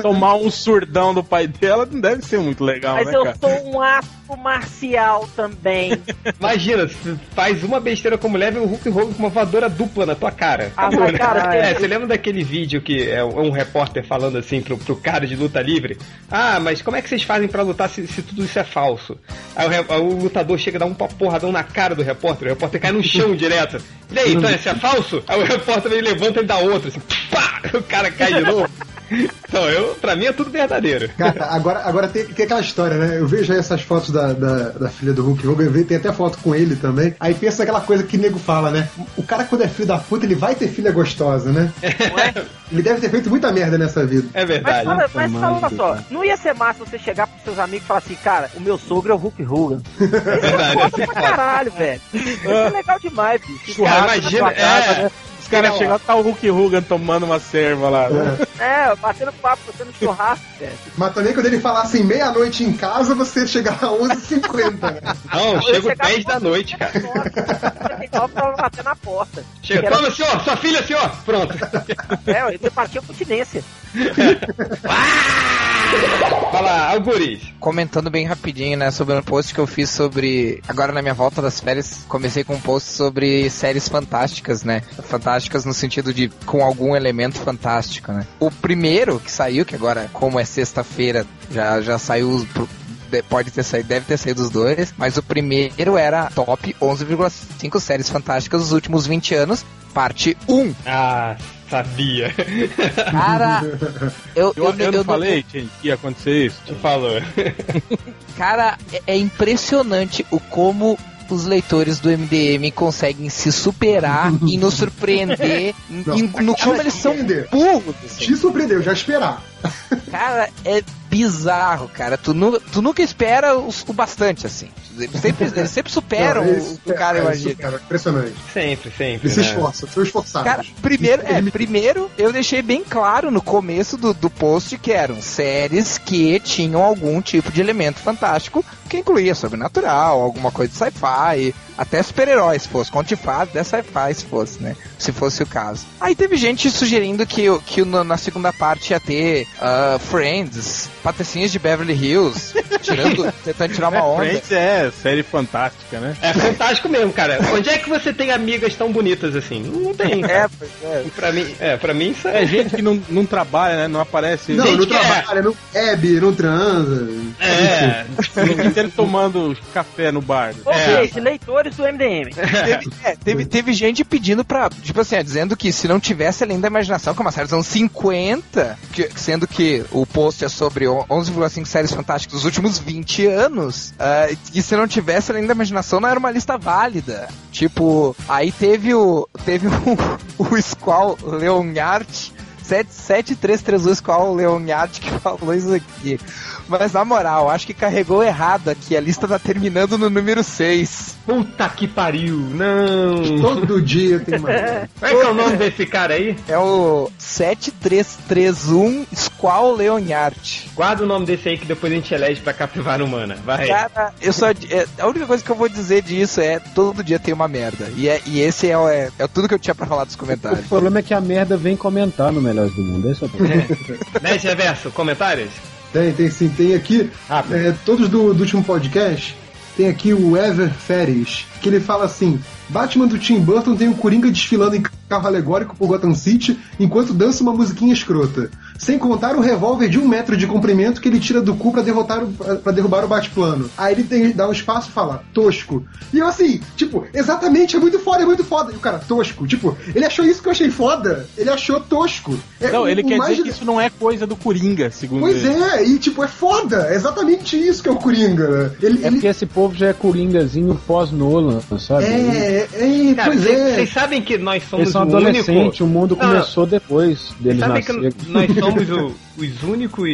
tomar um surdão do pai dela não deve ser muito legal,
Mas
né,
eu
cara?
sou um arco marcial também.
Imagina, se faz uma besteira como leva e o Hulk Hogan com uma voadora dupla na tua cara.
Ah,
Acabou,
mas, cara,
é,
é-
você lembra daquele vídeo que é um um repórter falando assim pro, pro cara de luta livre? Ah, mas como é que vocês fazem pra lutar se, se tudo isso é falso? Aí o, re- aí o lutador chega e dá um pa- porradão na cara do repórter, o repórter cai no chão direto. E aí, então isso é falso? Aí o repórter ele levanta e dá outro, assim, pá! O cara cai de novo. Então, eu, pra mim é tudo verdadeiro.
Cara, agora, agora tem, tem aquela história, né? Eu vejo aí essas fotos da, da, da filha do Hulk Hogan, eu vejo- tem até foto com ele também. Aí pensa aquela coisa que o nego fala, né? O cara, quando é filho da puta, ele vai ter filha gostosa, né?
É.
Ele deve ter feito muita merda nessa vida.
É
Mas,
verdade.
fala, mas fala só, não ia ser massa você chegar pros seus amigos e falar assim, cara, o meu sogro é o Hulk Hogan.
verdade,
Isso é pra caralho, velho. Isso é legal demais, bicho.
Cara,
Churrasco na
imagina,
tua casa,
é,
né?
Os caras chegam lá, tá o Hulk Hogan tomando uma serva lá. né?
É, batendo papo, batendo churrasco,
É,
velho.
Mas também quando ele falar assim, meia-noite em casa, você chega lá 11h50, né?
Não,
Eu
chega
chegava assim,
10 da
com
noite, cara.
59 tava batendo na porta.
Chega, toma, senhor, sua filha, senhor. Pronto.
É, ele partiu continência.
Vai lá, Alguris.
comentando bem rapidinho, né, sobre um post que eu fiz sobre. Agora na minha volta das férias, comecei com um post sobre séries fantásticas, né? Fantásticas no sentido de com algum elemento fantástico, né? O primeiro que saiu, que agora, como é sexta-feira, já, já saiu. pro- de- Pode ter saído, deve ter saído os dois, mas o primeiro era top 11,5 séries fantásticas dos últimos 20 anos, parte 1.
Ah, sabia.
Cara, eu,
Eu, eu, não
eu
falei, gente, que ia acontecer isso.
Tu falou.
Cara, é- é impressionante o como os leitores do MDM conseguem se superar e nos surpreender em-
Não,
em- no como eles são
surpreender.
burros. assim.
Te surpreendeu, já esperar.
Cara, é bizarro, cara. Tu, nu- tu nunca espera os- o bastante, assim. Eles sempre, eles sempre superam
Não,
o,
isso-
o cara,
é,
imagina.
isso, cara, impressionante.
Sempre, sempre.
Eles se
né?
esforçam, são esforçados.
Cara, primeiro, é, primeiro eu deixei bem claro no começo do, do post que eram séries que tinham algum tipo de elemento fantástico, que incluía sobrenatural, alguma coisa de sci-fi, até super-heróis se fosse, conto de fadas, até sci-fi se fosse, né? Se fosse o caso. Aí teve gente sugerindo que, o- que no- na segunda parte ia ter ah, Friends, patricinhas de Beverly Hills, tirando, tentando tirar uma onda.
Friends é série fantástica, né?
É fantástico mesmo, cara. Onde é que você tem amigas tão bonitas assim? Não tem.
É, pois é.
Pra mim, é, pra mim isso é.
É gente que não, não trabalha, né? Não aparece.
Não,
gente
não
que é-
trabalha, não bebe, não transa.
É.
O dia inteiro tomando café no bar.
Ou
É.
seja, leitores do MDM.
teve, é, teve, teve gente pedindo pra. Tipo assim, ó, dizendo que se não tivesse além da imaginação, como a série dos anos 50, que- sendo que o post é sobre on- 11,5 séries fantásticas dos últimos 20 anos, ah, que se não tivesse além da imaginação, não era uma lista válida. Tipo, aí teve o. Teve o, o Squall Leonhardt. 77332 qual o Leonhardt que falou isso aqui. Mas na moral, acho que carregou errado aqui. A lista tá terminando no número 6.
Puta que pariu, não.
Todo dia tem mais.
Como é que é o nome desse cara aí?
É o 7331 Squall Leonhardt.
Guarda o nome desse aí que depois a gente elege pra capivara humana. Vai.
Cara, eu só. é, a única coisa que eu vou dizer disso é todo dia tem uma merda. E, é, e esse é, o- é, é tudo que eu tinha pra falar dos comentários.
O problema é que a merda vem comentar no Melhores do Mundo. Esse é o problema.
Nerd Reverso, comentários?
Tem, tem sim, tem aqui. é, todos do, do último podcast, tem aqui o Ever Ferris, que ele fala assim: Batman do Tim Burton tem o Coringa desfilando em carro alegórico por Gotham City enquanto dança uma musiquinha escrota. Sem contar o revólver de um metro de comprimento que ele tira do cu pra, derrotar o, pra derrubar o Batplano. Aí ele tem, dá um espaço e fala, tosco. E eu assim, tipo, exatamente, é muito foda, é muito foda. E o cara, tosco. Tipo, ele achou isso que eu achei foda. Ele achou tosco. É
Não,
o-
ele
o
quer
mais
dizer que isso não é coisa do Coringa, segundo
Pois
ele.
é, e tipo, é foda. É exatamente isso que é o Coringa. né? Ele,
É
ele-
porque esse povo já é coringazinho pós-Nolan, sabe?
é, é,
Cara,
pois
vocês
é.
vocês sabem que nós somos
Eles são
o único.
adolescentes, o mundo
Não.
começou depois deles
Sabe
nascerem.
que nós somos o- os únicos,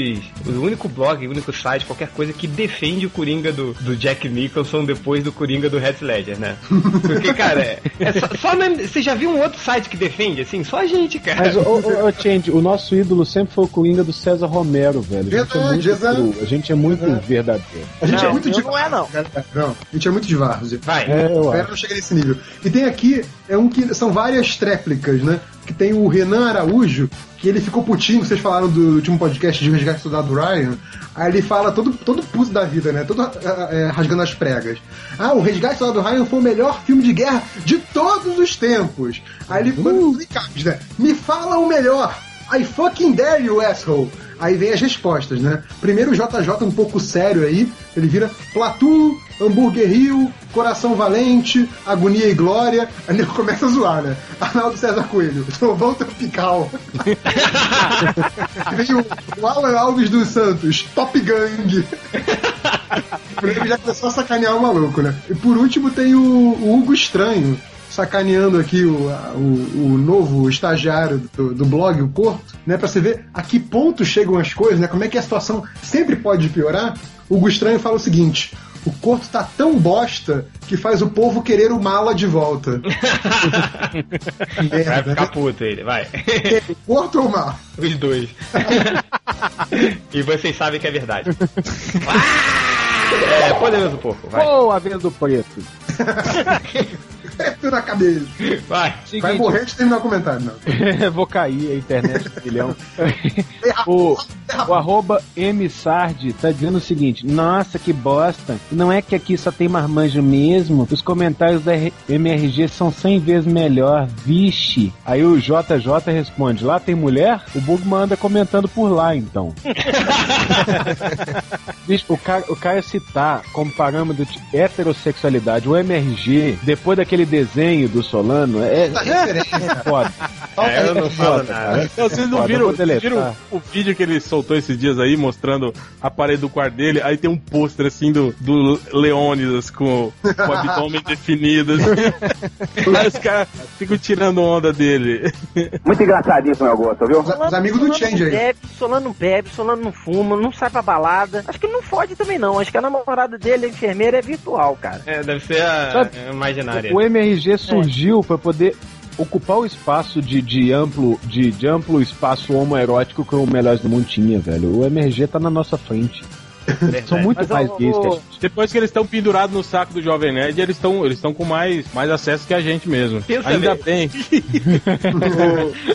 o único blog, o único site, qualquer coisa que defende o Coringa do, do Jack Nicholson depois do Coringa do Heath Ledger, né? Porque, cara, é, é só, só mesmo- você já viu um outro site que defende, assim? Só a gente, cara.
Mas, ô, ô, ô, Change, o nosso ídolo sempre foi o Coringa do César Romero, velho. A gente é
Verdade,
muito
exato.
cru, a gente é muito verdadeiro.
A gente
não,
é muito
eu
de
não é, não.
Cara, Não, a gente é muito de várzea.
Vai.
É, eu
A galera
acho.
não chega nesse nível. E tem aqui, é um que são várias tréplicas, né? que tem o Renan Araújo, que ele ficou putinho, vocês falaram do último podcast de Resgate do Soldado Ryan. Aí ele fala todo, todo puto da vida, né? Todo é, é, rasgando as pregas. Ah, o Resgate do Soldado Ryan foi o melhor filme de guerra de todos os tempos. Aí ele manda os recados, né? Me fala o melhor! I fucking dare you, asshole! Aí vem as respostas, né? Primeiro o JJ um pouco sério aí, ele vira Platu, Hambúrguer Rio, Coração Valente, Agonia e Glória. Aí ele começa a zoar, né? Arnaldo César Coelho, Trovão Tropical. vem o, o Alan Alves dos Santos, Top Gang. Ele já começou a sacanear o maluco, né? E por último tem o, o Hugo Estranho, sacaneando aqui o, o, o novo estagiário do, do, blog, o Porto, né? Pra você ver a que ponto chegam as coisas, né? Como é que a situação sempre pode piorar. O Gustranho fala o seguinte. O Corto tá tão bosta que faz o povo querer o mala de volta.
é, vai ficar puto ele, vai.
O Corto ou o mala?
Os dois. e vocês sabem que é verdade. é, poderoso porco, vai.
Boa, do preto.
na cabeça.
Vai.
Seguinte. Vai morrer antes de terminar o comentário, não.
Vou cair a internet do milhão. o, o arroba msard tá dizendo o seguinte: Nossa, que bosta. Não é que aqui só tem marmanjo mesmo. Os comentários da MRG são 100 vezes melhor. Vixe. Aí o JJ responde: Lá tem mulher? O Bugman anda comentando por lá, então. Bicho, o, cara, o cara citar como parâmetro de heterossexualidade o MRG depois daquele desenho do Solano é,
Tá
é foda.
É, eu não falo nada.
Não, vocês não viram, vocês viram o vídeo que ele soltou esses dias aí, mostrando a parede do quarto dele? Aí tem um pôster assim do, do Leônidas com, com o abdômen definido. Assim. Aí os caras ficam tirando onda dele.
Muito engraçado isso, meu gosto, viu?
Os, os amigos do Change aí.
Bebe, Solano bebe, Solano não fuma, não sai pra balada. Acho que ele não fode também, não. Acho que a namorada dele, a enfermeira, é virtual, cara.
É, deve ser a, a imaginária.
O MRG surgiu é. pra poder ocupar o espaço de, de amplo de, de amplo espaço homoerótico que o Melhores do Mundo tinha, velho. O MRG tá na nossa frente.
É
Verdade. São muito Mas mais eu, gays eu... que a gente.
Depois que eles estão pendurados no saco do Jovem Nerd, eles estão eles tão com mais, mais acesso que a gente mesmo. Pensa Ainda bem.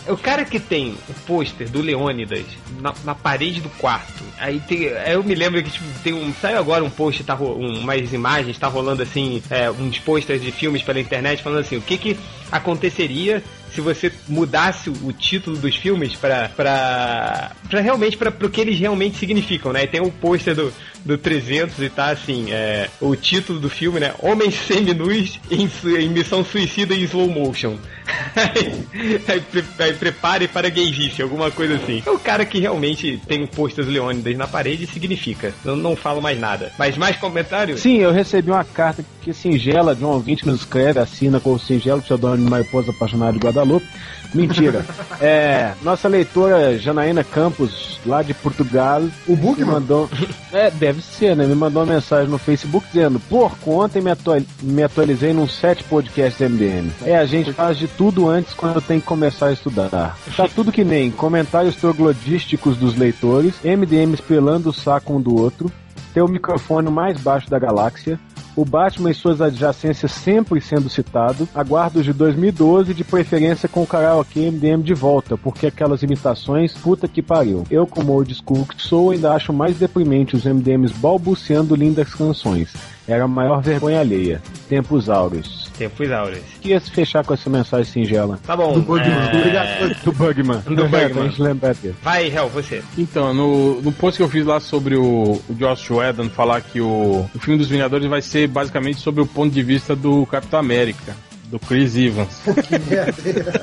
o, o, cara que tem o pôster do Leônidas na, na, parede do quarto, aí tem, eu me lembro que tipo, tem um, saiu agora um post, tá, um, umas imagens, tá rolando assim, é, uns posters de filmes pela internet falando assim, o que que aconteceria se você mudasse o título dos filmes para para realmente para o que eles realmente significam, né? E tem o um pôster do, do 300 e tá assim, é, o título do filme, né? Homens seminus em, em missão suicida em slow motion. aí, aí, pre, aí prepare para gaysice, alguma coisa assim. É o cara que realmente tem o um pôster do Leônidas na parede e significa. Eu não falo mais nada. Mas mais comentários?
Sim, eu recebi uma carta que singela de um ouvinte que nos escreve, assina com o singelo pseudônimo Mariposa Apaixonada de Guadalajara Guadalupe. Mentira. é, nossa leitora Janaína Campos, lá de Portugal,
o Book
mandou. É, deve ser, né? Me mandou uma mensagem no Facebook dizendo: Porco, ontem me, atual... me atualizei num sete podcasts MDM. É, a gente faz de tudo antes quando tem que começar a estudar. Tá tudo que nem comentários troglodísticos dos leitores, MDM pelando o saco um do outro, ter o microfone mais baixo da galáxia, o Batman e suas adjacências sempre sendo citado, aguardo de 2012, de preferência com o karaokê MDM de volta, porque aquelas imitações, puta que pariu. Eu, como old school que sou, ainda acho mais deprimente os MDMs balbuciando lindas canções. Era a maior vergonha alheia. Tempos áureos.
Tempos áureos.
Queria se fechar com essa mensagem singela.
Tá bom.
Do Bugman. É... Obrigado.
Do Bugman.
Do Bugman.
É, lembrar dele.
Vai, Hel, você.
Então, no, no post que eu fiz lá sobre o, o Josh Whedon falar que o, o filme dos Vingadores vai ser basicamente sobre o ponto de vista do Capitão América, do Chris Evans.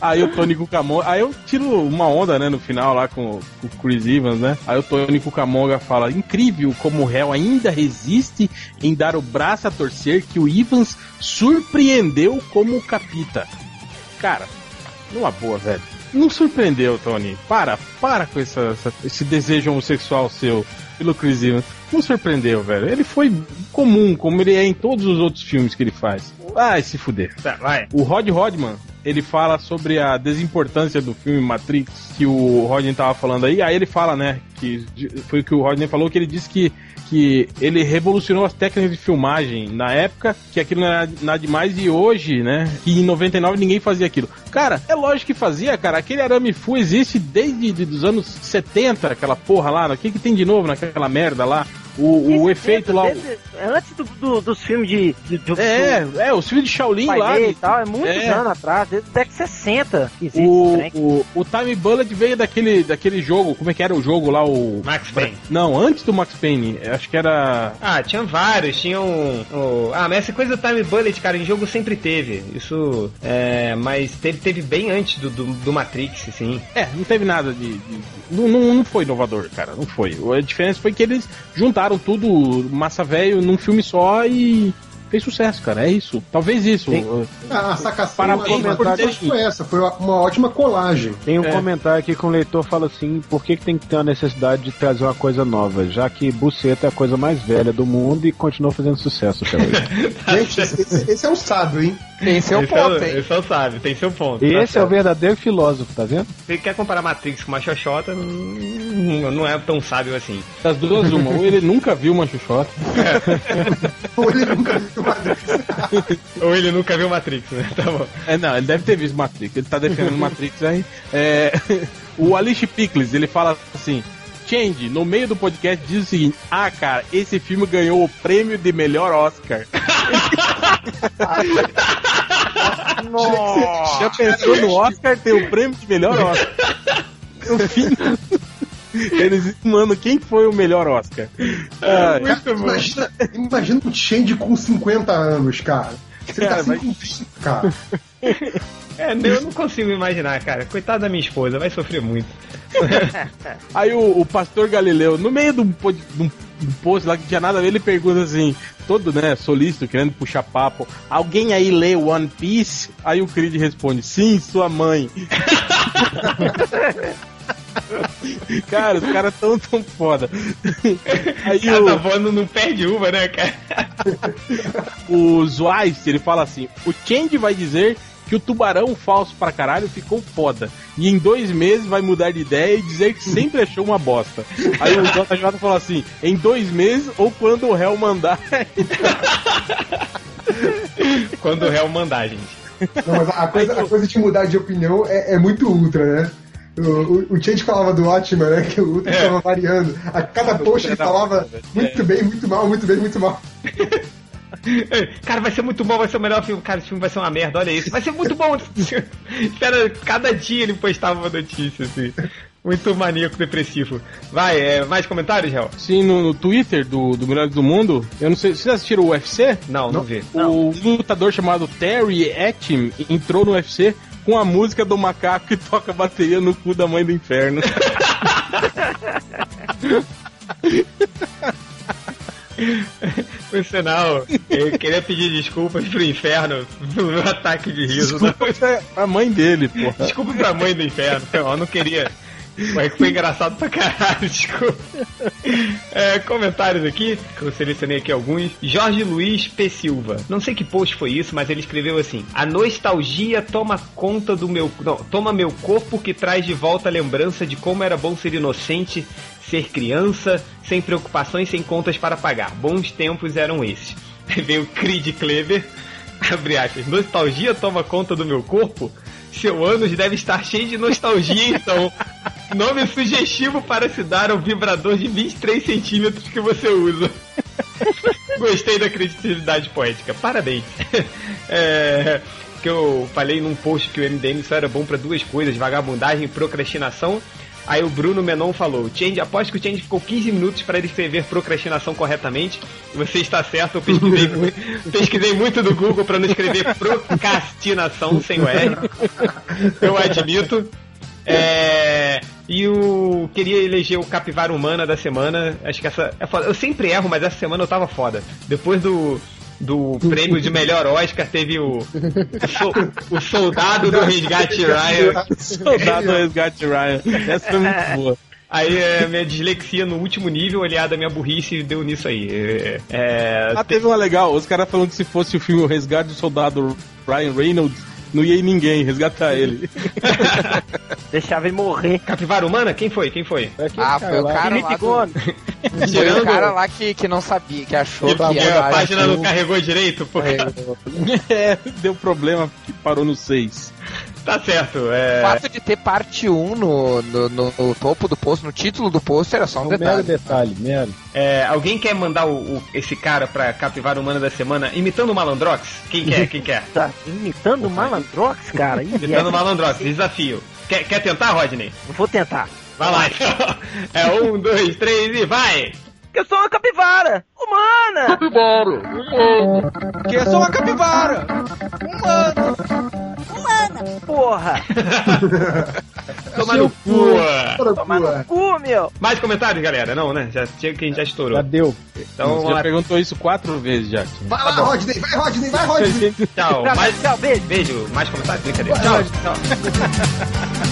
Aí o Tony Cucamonga. Aí eu tiro uma onda, né, no final lá com, com, o Chris Evans, né? Aí o Tony Cucamonga fala: incrível como o réu ainda resiste em dar o braço a torcer que o Evans surpreendeu como capita. Cara, numa boa, velho. Não surpreendeu, Tony. Para, para com essa, essa, esse desejo homossexual seu pelo Chris Evans. Não surpreendeu, velho. Ele foi comum, como ele é em todos os outros filmes que ele faz. Vai se fuder.
Tá, vai.
O Rod Rodman ele fala sobre a desimportância do filme Matrix que o Rodney tava falando aí. Aí ele fala, né, que foi o que o Rodney falou, que ele disse que, que ele revolucionou as técnicas de filmagem na época, que aquilo não era nada demais, e hoje, né, que em 99 ninguém fazia aquilo. Cara, é lógico que fazia, cara. Aquele arame fu existe desde de, os anos 70, aquela porra lá. O que, que tem de novo naquela merda lá? O, o efeito lá. o-
Desde- é Antes do- do- dos filmes de. de- do-
É,
do-
é, os filmes de Shaolin
Pai
lá.
Lei
de-
e tal, é muitos
É.
anos atrás, desde a década de 60 que existe esse
O,
trem.
o, o Time Bullet veio daquele, daquele jogo, como é que era o jogo lá, o...
Max Payne.
Não, antes do Max Payne, acho que era...
Ah, tinha vários, tinha um, um- Ah, mas essa coisa do Time Bullet, cara, em jogo sempre teve. Isso. É. Mas teve, teve bem antes do, do, do Matrix, assim.
É, não teve nada de... de- não, não, não foi inovador, cara, não foi. A diferença foi que eles juntaram tudo, massa velho, num filme só e... Fez sucesso, cara, é isso. Talvez isso.
Tem-
Ah, A, a sacação
Parabéns
do
por
documentário
ter-
foi essa, foi uma ótima colagem.
Tem um
É.
comentário aqui que um leitor fala assim: por que, que tem que ter uma necessidade de trazer uma coisa nova, já que buceta é a coisa mais velha do mundo e continua fazendo sucesso até hoje?
Gente, esse, esse é um sábio, hein?
Esse é o
Ele
ponto,
só-
hein?
ele só sabe, tem seu ponto. tá
Esse é o
certo.
verdadeiro filósofo, tá vendo?
Se quer comparar Matrix com uma xoxota, não, não é tão sábio assim.
Das duas, uma. Ou ele nunca viu uma chuchota.
Ou ele nunca viu Matrix.
Ou ele nunca viu Matrix, né? Tá bom.
É, não, ele deve ter visto Matrix. Ele tá defendendo Matrix aí. É, o Alice Pickles, ele fala assim: Change, no meio do podcast, diz o seguinte: Ah, cara, esse filme ganhou o prêmio de melhor Oscar. Já pensou no Oscar ter o prêmio de melhor Oscar? No fim. Eles, mano, quem foi o melhor Oscar? Ah,
Imagina, imagina um Change com 50 anos, cara. Você
Cara,
tá assim
mas-
com 20, cara.
É, eu não consigo imaginar, cara. Coitado da minha esposa, vai sofrer muito.
Aí o, o pastor Galileu, no meio de um, pod- de um- de um post lá que tinha nada a ver, ele pergunta assim, todo, né, solícito, querendo puxar papo, alguém aí lê One Piece? Aí o Creed responde, sim, sua mãe. cara, os caras tão tão foda. Aí o...
Cada avó não, não perde uva, né, cara?
O Zweist, ele fala assim: o Change vai dizer que o tubarão falso pra caralho ficou foda. E em dois meses vai mudar de ideia e dizer que sempre achou uma bosta. Aí o JJ fala assim: em dois meses ou quando o réu mandar.
Quando é o réu mandar, gente.
Não, mas a coisa, a coisa de mudar de opinião é, é muito ultra, né? O, o, o Change falava do ótimo, né? Que o Ultra tava variando. A cada post ele
era
falava
ótimo, velho.
muito bem, muito mal, muito bem, muito mal.
Cara, vai ser muito bom, vai ser o melhor filme. Cara, esse filme vai ser uma merda, olha isso. Vai ser muito bom. Espera, cada dia ele postava uma notícia, assim. Muito maníaco, depressivo. Vai, é, mais comentários, Real?
Sim, Assim, no, no Twitter do, do Melhores do Mundo, eu não sei, vocês assistiram o UFC?
Não, não, vi.
O lutador chamado Terry Atim entrou no UFC com a música do macaco que toca bateria no cu da mãe do inferno.
Por sinal, eu queria pedir desculpas pro inferno pelo ataque de riso.
é a mãe dele, porra.
Desculpa pra mãe do inferno, foi mal, eu não queria. Mas foi engraçado pra caralho, desculpa. É, comentários aqui, que eu selecionei aqui alguns. Jorge Luiz P. Silva. Não sei que post foi isso, mas ele escreveu assim: A nostalgia toma conta do meu. Não, toma meu corpo que traz de volta a lembrança de como era bom ser inocente, ser criança, sem preocupações, sem contas para pagar. Bons tempos eram esses. Aí veio o Creed Kleber. Abre aspas, nostalgia toma conta do meu corpo? Seu ânus deve estar cheio de nostalgia, então. Nome sugestivo para se dar ao vibrador de 23 centímetros que você usa. Gostei da criatividade poética, parabéns. É, que eu falei num post que o MDM só era bom pra duas coisas: vagabundagem e procrastinação. Aí o Bruno Menon falou: Change, aposto que o Change ficou 15 minutos para ele escrever procrastinação corretamente. Você está certo, eu pesquisei, mu- pesquisei muito do Google para não escrever procrastinação sem o R. Eu admito. É, E o. Queria eleger o Capivara Humana da semana. Acho que essa. é foda. Eu sempre erro, mas essa semana eu tava foda. Depois do. Do prêmio de melhor Oscar teve o. O, so- o Soldado do Resgate
Tá?
Ryan.
Soldado do Resgate Ryan. Essa foi muito boa.
Aí é, minha dislexia no último nível, aliada à minha burrice, deu nisso aí. É, é,
Ah, teve uma legal. Os caras falando que se fosse o filme O Resgate do Soldado Ryan Reynolds, não ia ir ninguém resgatar ele.
Deixava ele morrer.
Capivara humana? Quem foi? Quem foi?
Ah, foi o cara lá.
Felipe
do-
Gomes.
Foi o
Tirando-
cara lá que, que não sabia, que achou que
Porque
era
a página não carregou direito, pô.
é, deu problema que parou no 6.
Tá certo.
O
É...
fato de ter parte 1 no, no, no- no topo do post, no título do post, era só um
um mero
detalhe.
detalhe, mero.
É, alguém quer mandar o, o- esse cara pra capivara humana da semana imitando o Malandrox? Quem quer? Quem quer?
Tá imitando o Malandrox, cara? Ih,
Imitando o
é.
Malandrox, desafio. Quer, quer tentar, Rodney?
Vou tentar.
Vai lá então. É um, dois, três e vai!
Eu sou uma capivara! Humana!
Que é só uma capivara. Humana.
Porra!
Toma no cu!
Para
Tomar no cu, meu!
Mais comentários, galera? Não, né? Já tinha quem já
Já
estourou.
deu.
Então
Você
vamos
já
lá.
perguntou isso quatro vezes já. Tim.
Vai lá, Rodney, vai, Rodney, vai, Rodney.
Tchau.
Tchau,
Mais...
tchau, beijo!
Beijo. Mais comentários? Brincadeira. Tchau. Tchau.